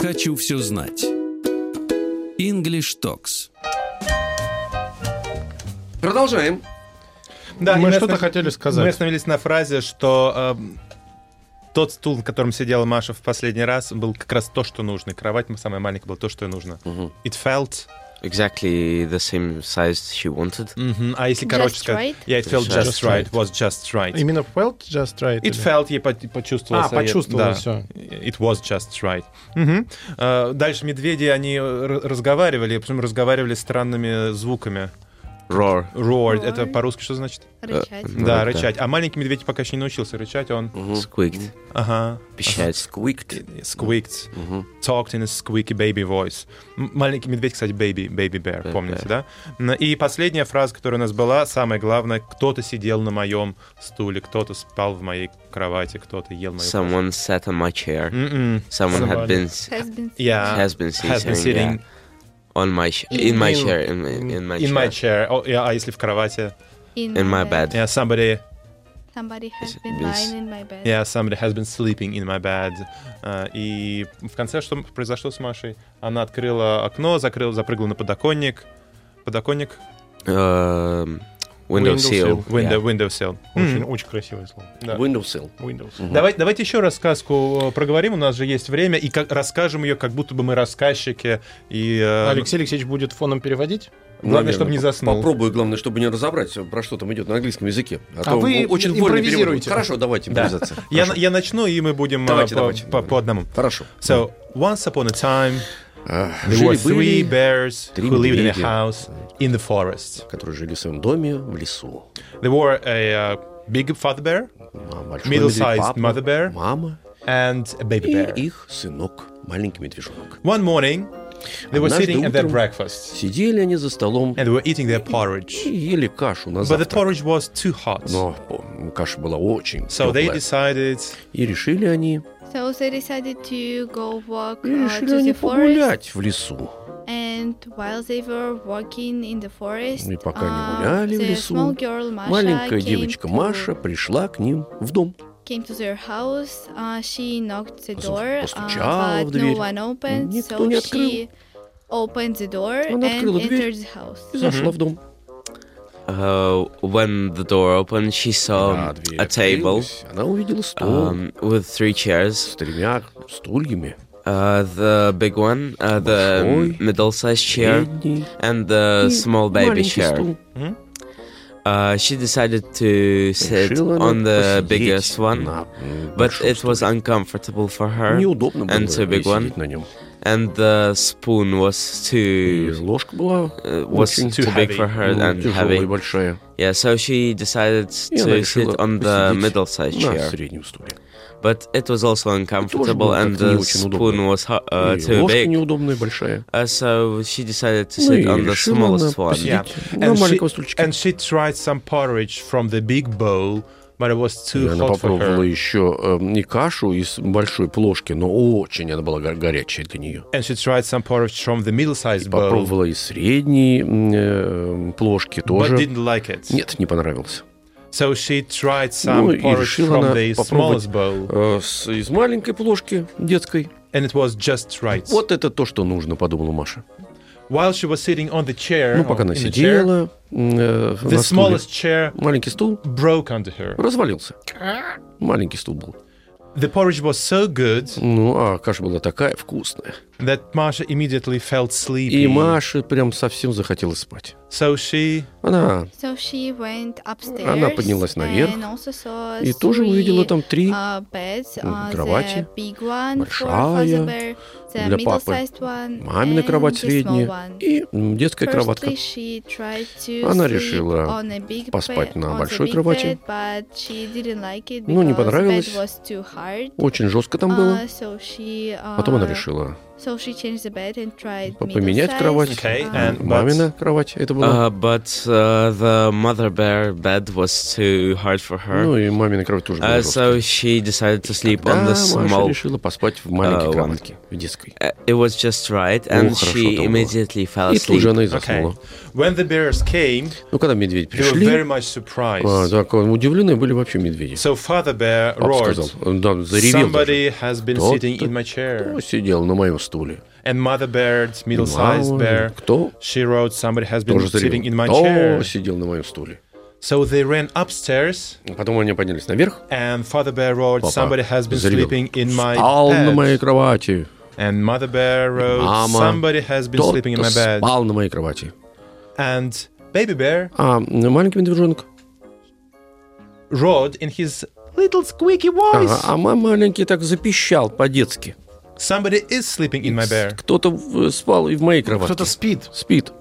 [SPEAKER 1] «Хочу все знать». English Talks.
[SPEAKER 2] Продолжаем.
[SPEAKER 4] Да, и
[SPEAKER 3] мы что-то
[SPEAKER 4] останов-
[SPEAKER 3] хотели
[SPEAKER 4] Мы
[SPEAKER 3] сказать.
[SPEAKER 4] остановились на фразе, что эм, тот стул, на котором сидела Маша в последний раз, был как раз то, что нужно. И Кровать самая маленькая была то, что ей нужно. It felt.
[SPEAKER 6] Exactly the same size she wanted.
[SPEAKER 4] Мгм. А если
[SPEAKER 5] Just
[SPEAKER 4] короче сказать,
[SPEAKER 5] right.
[SPEAKER 4] yeah, it felt just,
[SPEAKER 6] Just
[SPEAKER 4] right.
[SPEAKER 6] right.
[SPEAKER 4] was just right.
[SPEAKER 3] Именно felt just right?
[SPEAKER 4] It
[SPEAKER 3] или-
[SPEAKER 4] felt, я по- почувствовал.
[SPEAKER 3] А,
[SPEAKER 4] совет.
[SPEAKER 3] почувствовала,
[SPEAKER 4] Да.
[SPEAKER 3] всё.
[SPEAKER 4] It was just right. Мгм. А, Дальше медведи, они р- разговаривали, причем разговаривали странными звуками.
[SPEAKER 6] Roar.
[SPEAKER 4] Roar,
[SPEAKER 5] Roar.
[SPEAKER 4] это по-русски что значит?
[SPEAKER 5] Рычать.
[SPEAKER 6] Ну,
[SPEAKER 4] Да,
[SPEAKER 6] да.
[SPEAKER 4] рычать. А маленький медведь пока еще не научился рычать, он...
[SPEAKER 6] Squeaked.
[SPEAKER 4] Ага.
[SPEAKER 6] Пищать.
[SPEAKER 2] Squeaked.
[SPEAKER 4] Mm-hmm. Squeaked. Talked in a squeaky baby voice. М- Маленький медведь, кстати, baby, baby bear,
[SPEAKER 6] Baby
[SPEAKER 4] помните, да?
[SPEAKER 6] bear.
[SPEAKER 4] Н- И последняя фраза, которая у нас была, самое главное, кто-то сидел на моем стуле, кто-то спал в моей кровати, кто-то ел мою...
[SPEAKER 6] Someone sat on my chair.
[SPEAKER 4] М-м.
[SPEAKER 6] Someone had been
[SPEAKER 5] Has been
[SPEAKER 4] Yeah.
[SPEAKER 6] has been sitting,
[SPEAKER 4] Uh, Has been sitting
[SPEAKER 6] yeah. on my sh- in my
[SPEAKER 3] In-
[SPEAKER 6] chair in, in my
[SPEAKER 4] In my chair.
[SPEAKER 6] chair.
[SPEAKER 4] О, и- а если в кровати?
[SPEAKER 5] in
[SPEAKER 6] in
[SPEAKER 5] the-
[SPEAKER 6] my bed.
[SPEAKER 4] Yeah, somebody
[SPEAKER 5] Somebody has
[SPEAKER 6] it
[SPEAKER 5] been
[SPEAKER 6] this?
[SPEAKER 5] lying in my bed.
[SPEAKER 4] Yeah, somebody has been sleeping in my bed. Э, И в конце что произошло с Машей? Она открыла окно, закрыла, запрыгала на подоконник. Подоконник?
[SPEAKER 6] Um, window,
[SPEAKER 3] Window
[SPEAKER 6] seal.
[SPEAKER 3] seal.
[SPEAKER 4] Window, windowsill.
[SPEAKER 3] Очень,
[SPEAKER 4] М,
[SPEAKER 3] очень красивое слово.
[SPEAKER 4] да.
[SPEAKER 2] Windows Hill.
[SPEAKER 3] Windows.
[SPEAKER 4] Давайте, давайте еще рассказку э, проговорим, у нас же есть время, и как, расскажем ее, как будто бы мы рассказчики. И, э,
[SPEAKER 3] Алексей Алексеевич будет фоном переводить?
[SPEAKER 4] Главное, чтобы не заснул.
[SPEAKER 2] Попробую, главное, чтобы не разобрать, про что там идет на английском языке.
[SPEAKER 3] А вы
[SPEAKER 2] очень вольно
[SPEAKER 3] импровизируете.
[SPEAKER 2] переводите. Хорошо, давайте
[SPEAKER 4] Да.
[SPEAKER 2] импровизация.
[SPEAKER 4] я, на-
[SPEAKER 2] Хорошо.
[SPEAKER 4] я начну, и мы будем э,
[SPEAKER 2] Давайте,
[SPEAKER 4] по,
[SPEAKER 2] давайте.
[SPEAKER 4] по- по одному.
[SPEAKER 2] Хорошо.
[SPEAKER 4] So, once upon a time,
[SPEAKER 2] А,
[SPEAKER 4] there were three
[SPEAKER 2] Жили-были,
[SPEAKER 4] bears
[SPEAKER 2] три
[SPEAKER 4] who lived in a
[SPEAKER 2] медведя.
[SPEAKER 4] house in the forest.
[SPEAKER 2] которые жили в своем доме в лесу.
[SPEAKER 4] There were a uh, big father bear
[SPEAKER 2] А, большой
[SPEAKER 4] Middle-sized
[SPEAKER 2] медведь, папа,
[SPEAKER 4] mother bear.
[SPEAKER 2] Мама
[SPEAKER 4] and a baby
[SPEAKER 2] и
[SPEAKER 4] bear.
[SPEAKER 2] их сынок, маленький медвежонок.
[SPEAKER 4] One morning, they were
[SPEAKER 2] Однажды
[SPEAKER 4] sitting at their
[SPEAKER 2] утром
[SPEAKER 4] breakfast
[SPEAKER 2] Сидели они за столом
[SPEAKER 4] and they were eating
[SPEAKER 2] и
[SPEAKER 4] their porridge.
[SPEAKER 2] ели кашу на
[SPEAKER 4] But the
[SPEAKER 2] завтрак.
[SPEAKER 4] porridge was too hot.
[SPEAKER 2] Но о, каша была очень
[SPEAKER 4] So they
[SPEAKER 2] тёплая.
[SPEAKER 4] decided
[SPEAKER 2] И решили они,
[SPEAKER 5] So they decided to go walk
[SPEAKER 2] и
[SPEAKER 5] uh,
[SPEAKER 2] решили
[SPEAKER 5] to
[SPEAKER 2] они
[SPEAKER 5] the forest.
[SPEAKER 2] погулять в лесу.
[SPEAKER 5] And while they were walking in the forest,
[SPEAKER 2] И пока
[SPEAKER 5] uh,
[SPEAKER 2] они гуляли в
[SPEAKER 5] the
[SPEAKER 2] лесу,
[SPEAKER 5] small girl Masha
[SPEAKER 2] Маленькая
[SPEAKER 5] came
[SPEAKER 2] девочка
[SPEAKER 5] to-
[SPEAKER 2] Маша пришла к ним в дом.
[SPEAKER 5] came to their house. Uh, she knocked the
[SPEAKER 2] Поз-
[SPEAKER 5] door,
[SPEAKER 2] постучала
[SPEAKER 5] uh,
[SPEAKER 2] в
[SPEAKER 5] but
[SPEAKER 2] дверь.
[SPEAKER 5] no one opened,
[SPEAKER 2] Никто
[SPEAKER 5] so
[SPEAKER 2] не открыл.
[SPEAKER 5] she opened the door
[SPEAKER 2] Она
[SPEAKER 5] and
[SPEAKER 2] открыла дверь.
[SPEAKER 5] entered the house.
[SPEAKER 2] И зашла в дом.
[SPEAKER 6] Uh, when the door opened, she saw
[SPEAKER 2] Да, дверь
[SPEAKER 6] Um, a table
[SPEAKER 2] открылась. Она увидела стол
[SPEAKER 6] um, with three
[SPEAKER 2] с
[SPEAKER 6] chairs.
[SPEAKER 2] тремя стульями.
[SPEAKER 6] Uh, the big one, uh, the
[SPEAKER 2] Большой,
[SPEAKER 6] middle-sized chair,
[SPEAKER 2] Средний
[SPEAKER 6] and the
[SPEAKER 2] и
[SPEAKER 6] small baby
[SPEAKER 2] маленький
[SPEAKER 6] chair.
[SPEAKER 2] стул.
[SPEAKER 6] Uh, she decided to sit
[SPEAKER 2] Решила она
[SPEAKER 6] on the
[SPEAKER 2] посидеть
[SPEAKER 6] biggest
[SPEAKER 2] на,
[SPEAKER 6] one,
[SPEAKER 2] м,
[SPEAKER 6] but
[SPEAKER 2] большом
[SPEAKER 6] it was
[SPEAKER 2] стуле.
[SPEAKER 6] uncomfortable for her,
[SPEAKER 2] Неудобно было
[SPEAKER 6] and too big
[SPEAKER 2] ей сидеть
[SPEAKER 6] one,
[SPEAKER 2] на нем.
[SPEAKER 6] and the spoon was
[SPEAKER 2] И
[SPEAKER 6] too
[SPEAKER 2] ложка была
[SPEAKER 6] uh, was
[SPEAKER 2] очень
[SPEAKER 6] too big
[SPEAKER 4] heavy.
[SPEAKER 6] for her
[SPEAKER 2] ну,
[SPEAKER 6] and
[SPEAKER 2] тяжелая и
[SPEAKER 6] heavy.
[SPEAKER 2] большая.
[SPEAKER 6] Yeah, so she decided
[SPEAKER 2] И она
[SPEAKER 6] to
[SPEAKER 2] решила
[SPEAKER 6] sit on the
[SPEAKER 2] посидеть
[SPEAKER 6] middle-sized
[SPEAKER 2] на
[SPEAKER 6] chair.
[SPEAKER 2] среднем стуле.
[SPEAKER 6] But it was also uncomfortable,
[SPEAKER 2] было
[SPEAKER 6] and
[SPEAKER 2] как-то не
[SPEAKER 6] the
[SPEAKER 2] очень
[SPEAKER 6] spoon
[SPEAKER 2] удобно.
[SPEAKER 6] was ho- uh,
[SPEAKER 2] И
[SPEAKER 6] too
[SPEAKER 2] ложка
[SPEAKER 6] big,
[SPEAKER 2] неудобная, большая.
[SPEAKER 6] uh, so she decided to
[SPEAKER 2] Ну и
[SPEAKER 6] sit on the
[SPEAKER 2] решила она
[SPEAKER 6] smallest one.
[SPEAKER 4] Yeah.
[SPEAKER 2] посидеть на
[SPEAKER 4] And she,
[SPEAKER 2] маленьком стульчике.
[SPEAKER 4] and she tried some porridge from the big bowl, but it was
[SPEAKER 2] И
[SPEAKER 4] too
[SPEAKER 2] она
[SPEAKER 4] hot for
[SPEAKER 2] попробовала
[SPEAKER 4] her.
[SPEAKER 2] еще э, не кашу из большой плошки, но очень она была го- горячая для нее.
[SPEAKER 4] And she tried some porridge from the middle-sized bowl,
[SPEAKER 2] Попробовала из средней м, э, плошки
[SPEAKER 4] but
[SPEAKER 2] тоже.
[SPEAKER 4] didn't like it.
[SPEAKER 2] Нет, не понравилось.
[SPEAKER 4] So she tried
[SPEAKER 2] Ну
[SPEAKER 4] some
[SPEAKER 2] и
[SPEAKER 4] porridge
[SPEAKER 2] решила
[SPEAKER 4] from
[SPEAKER 2] она
[SPEAKER 4] the
[SPEAKER 2] попробовать
[SPEAKER 4] smallest bowl,
[SPEAKER 2] э, с- из маленькой плошки детской.
[SPEAKER 4] and it was just right.
[SPEAKER 2] Вот это то, что нужно, подумала Маша.
[SPEAKER 4] While she was sitting on the chair,
[SPEAKER 2] Ну, пока она
[SPEAKER 4] in the chair,
[SPEAKER 2] сидела м, э,
[SPEAKER 4] the
[SPEAKER 2] на стуле,
[SPEAKER 4] smallest chair
[SPEAKER 2] маленький стул
[SPEAKER 4] broke under her.
[SPEAKER 2] развалился. Маленький стул был.
[SPEAKER 4] The porridge was so good
[SPEAKER 2] Ну, а каша была такая вкусная.
[SPEAKER 4] that Masha immediately felt
[SPEAKER 2] И
[SPEAKER 4] sleepy.
[SPEAKER 2] Маше прям совсем захотелось спать.
[SPEAKER 4] So she
[SPEAKER 2] Она
[SPEAKER 5] So she went upstairs
[SPEAKER 2] Она поднялась наверх
[SPEAKER 5] and also saw
[SPEAKER 2] и тоже увидела
[SPEAKER 5] three,
[SPEAKER 2] там три
[SPEAKER 5] uh, beds,
[SPEAKER 2] м,
[SPEAKER 5] uh,
[SPEAKER 2] кровати.
[SPEAKER 5] the big one for
[SPEAKER 2] Большая
[SPEAKER 5] father bear, the
[SPEAKER 2] для папы.
[SPEAKER 5] middle-sized one,
[SPEAKER 2] мамина
[SPEAKER 5] and
[SPEAKER 2] кровать
[SPEAKER 5] the small
[SPEAKER 2] средняя
[SPEAKER 5] one.
[SPEAKER 2] и м, детская кроватка.
[SPEAKER 5] Firstly, she tried to
[SPEAKER 2] Она
[SPEAKER 5] sleep
[SPEAKER 2] решила
[SPEAKER 5] on a big
[SPEAKER 2] поспать
[SPEAKER 5] bed-
[SPEAKER 2] на
[SPEAKER 5] on the
[SPEAKER 2] большой
[SPEAKER 5] big
[SPEAKER 2] кровати.
[SPEAKER 5] bed, but she didn't like it
[SPEAKER 2] Ну, не
[SPEAKER 5] because bed
[SPEAKER 2] понравилось.
[SPEAKER 5] was too hard.
[SPEAKER 2] Очень жестко там было.
[SPEAKER 5] Uh, so she, uh,
[SPEAKER 2] Потом она решила
[SPEAKER 5] So she changed the bed and tried
[SPEAKER 2] по- поменять
[SPEAKER 5] middle-sized.
[SPEAKER 2] кровать.
[SPEAKER 4] Okay,
[SPEAKER 2] М,
[SPEAKER 4] and-
[SPEAKER 2] Мамина кровать это была.
[SPEAKER 6] Uh, but uh, the mother bear bed was too hard for
[SPEAKER 2] Ну
[SPEAKER 6] her,
[SPEAKER 2] и мамина кровать тоже была
[SPEAKER 6] uh, so
[SPEAKER 2] жесткая.
[SPEAKER 6] she decided to sleep
[SPEAKER 2] Да,
[SPEAKER 6] on the
[SPEAKER 2] Маша
[SPEAKER 6] small.
[SPEAKER 2] решила поспать в маленькой
[SPEAKER 6] one.
[SPEAKER 2] кроватке, в детской.
[SPEAKER 6] Uh, It was just right, and
[SPEAKER 2] хорошо там
[SPEAKER 6] she
[SPEAKER 2] было.
[SPEAKER 6] immediately fell
[SPEAKER 2] И тут же
[SPEAKER 6] asleep.
[SPEAKER 2] она и
[SPEAKER 4] okay.
[SPEAKER 2] заснула.
[SPEAKER 4] When the bears came,
[SPEAKER 2] Ну, когда медведи
[SPEAKER 4] they were very
[SPEAKER 2] пришли,
[SPEAKER 4] much
[SPEAKER 2] а,
[SPEAKER 4] surprised.
[SPEAKER 2] так, удивлены были вообще медведи.
[SPEAKER 4] So father bear
[SPEAKER 2] Папа
[SPEAKER 4] roared.
[SPEAKER 2] сказал, э, да, заревел даже.
[SPEAKER 4] Somebody has been
[SPEAKER 2] Кто-то
[SPEAKER 4] sitting in my chair.
[SPEAKER 2] Кто сидел на моем стуле?
[SPEAKER 4] And mother bear, middle-sized
[SPEAKER 2] Мама,
[SPEAKER 4] bear,
[SPEAKER 2] Кто?
[SPEAKER 4] she wrote, somebody has been
[SPEAKER 2] Тоже
[SPEAKER 4] sitting in my
[SPEAKER 2] заревел.
[SPEAKER 4] chair.
[SPEAKER 2] Кто сидел на моем стуле?
[SPEAKER 4] So they ran upstairs,
[SPEAKER 2] Потом они поднялись наверх.
[SPEAKER 4] and father bear wrote,
[SPEAKER 2] Папа
[SPEAKER 4] somebody has been
[SPEAKER 2] заревел.
[SPEAKER 4] sleeping in my
[SPEAKER 2] Спал на моей
[SPEAKER 4] bed.
[SPEAKER 2] кровати.
[SPEAKER 4] And mother bear wrote,
[SPEAKER 2] Мама,
[SPEAKER 4] somebody has been
[SPEAKER 2] Кто-то
[SPEAKER 4] sleeping in my bed.
[SPEAKER 2] спал на моей кровати.
[SPEAKER 4] And baby bear
[SPEAKER 2] А маленький медвежонок?
[SPEAKER 4] roared in his little squeaky voice.
[SPEAKER 2] Ага, а ма- маленький так запищал по-детски.
[SPEAKER 4] Somebody is sleeping in my bear.
[SPEAKER 2] Кто-то в- спал и в моей кроватке.
[SPEAKER 3] Кто-то спит.
[SPEAKER 2] спит.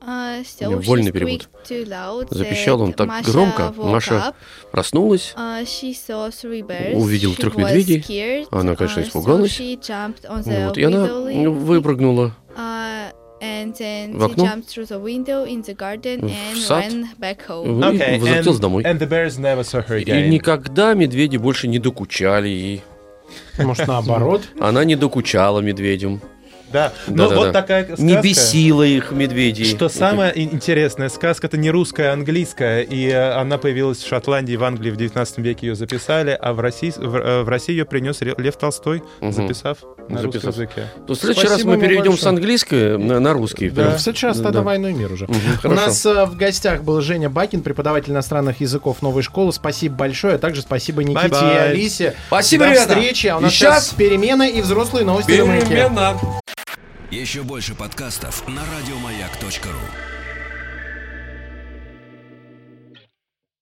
[SPEAKER 5] Uh, so
[SPEAKER 2] него
[SPEAKER 5] she
[SPEAKER 2] вольный перевод.
[SPEAKER 5] squeaked too loud
[SPEAKER 2] Запищал
[SPEAKER 5] that
[SPEAKER 2] он так
[SPEAKER 5] Masha
[SPEAKER 2] громко.
[SPEAKER 5] woke
[SPEAKER 2] Маша
[SPEAKER 5] up.
[SPEAKER 2] проснулась.
[SPEAKER 5] Uh, she saw three bears.
[SPEAKER 2] Увидела
[SPEAKER 5] She
[SPEAKER 2] трех
[SPEAKER 5] was
[SPEAKER 2] медведей.
[SPEAKER 5] scared.
[SPEAKER 2] Она, конечно,
[SPEAKER 5] Uh, so
[SPEAKER 2] испугалась.
[SPEAKER 5] she jumped on the
[SPEAKER 2] Вот, и она
[SPEAKER 5] window
[SPEAKER 2] ну, выпрыгнула.
[SPEAKER 5] Uh, and then
[SPEAKER 2] В
[SPEAKER 5] she
[SPEAKER 2] окно.
[SPEAKER 5] jumped through the window in the garden
[SPEAKER 2] В
[SPEAKER 5] and
[SPEAKER 2] сад.
[SPEAKER 5] ran back home.
[SPEAKER 2] и возвратилась
[SPEAKER 4] and,
[SPEAKER 2] домой.
[SPEAKER 4] and the bears never saw her
[SPEAKER 2] И
[SPEAKER 4] again.
[SPEAKER 2] никогда медведи больше не докучали ей.
[SPEAKER 3] Может, наоборот?
[SPEAKER 2] Она не докучала медведям.
[SPEAKER 4] Да. Но
[SPEAKER 2] Да-да-да.
[SPEAKER 4] вот такая сказка.
[SPEAKER 2] Не бесила их медведей.
[SPEAKER 4] Что самое ин- интересное, сказка-то не русская, а английская, и э, она появилась в Шотландии, в Англии в 19 веке ее записали, а в России, в, э, в России ее принес Ре- Лев Толстой,
[SPEAKER 2] Мгм.
[SPEAKER 4] записав на русском
[SPEAKER 2] Записав.
[SPEAKER 4] языке.
[SPEAKER 2] То в следующий раз
[SPEAKER 3] Спасибо
[SPEAKER 2] мы
[SPEAKER 3] ему
[SPEAKER 2] перейдем с
[SPEAKER 3] большое.
[SPEAKER 2] английского на, на русский.
[SPEAKER 3] Да,
[SPEAKER 2] прям.
[SPEAKER 3] в США
[SPEAKER 2] Да.
[SPEAKER 3] тогда войну и мир уже.
[SPEAKER 2] Мгм,
[SPEAKER 3] У
[SPEAKER 2] хорошо.
[SPEAKER 3] нас э, в гостях был Женя Бакин, преподаватель иностранных языков новой школы. Спасибо большое. А также спасибо Никите
[SPEAKER 4] Бай-бай.
[SPEAKER 3] и Алисе.
[SPEAKER 2] Спасибо,
[SPEAKER 3] До
[SPEAKER 2] ребята.
[SPEAKER 3] встречи. А у
[SPEAKER 2] И
[SPEAKER 3] нас сейчас
[SPEAKER 2] щас-
[SPEAKER 3] перемены и взрослые новости на Маяке.
[SPEAKER 2] Перемена.
[SPEAKER 1] Еще больше подкастов на радиомаяк.ру.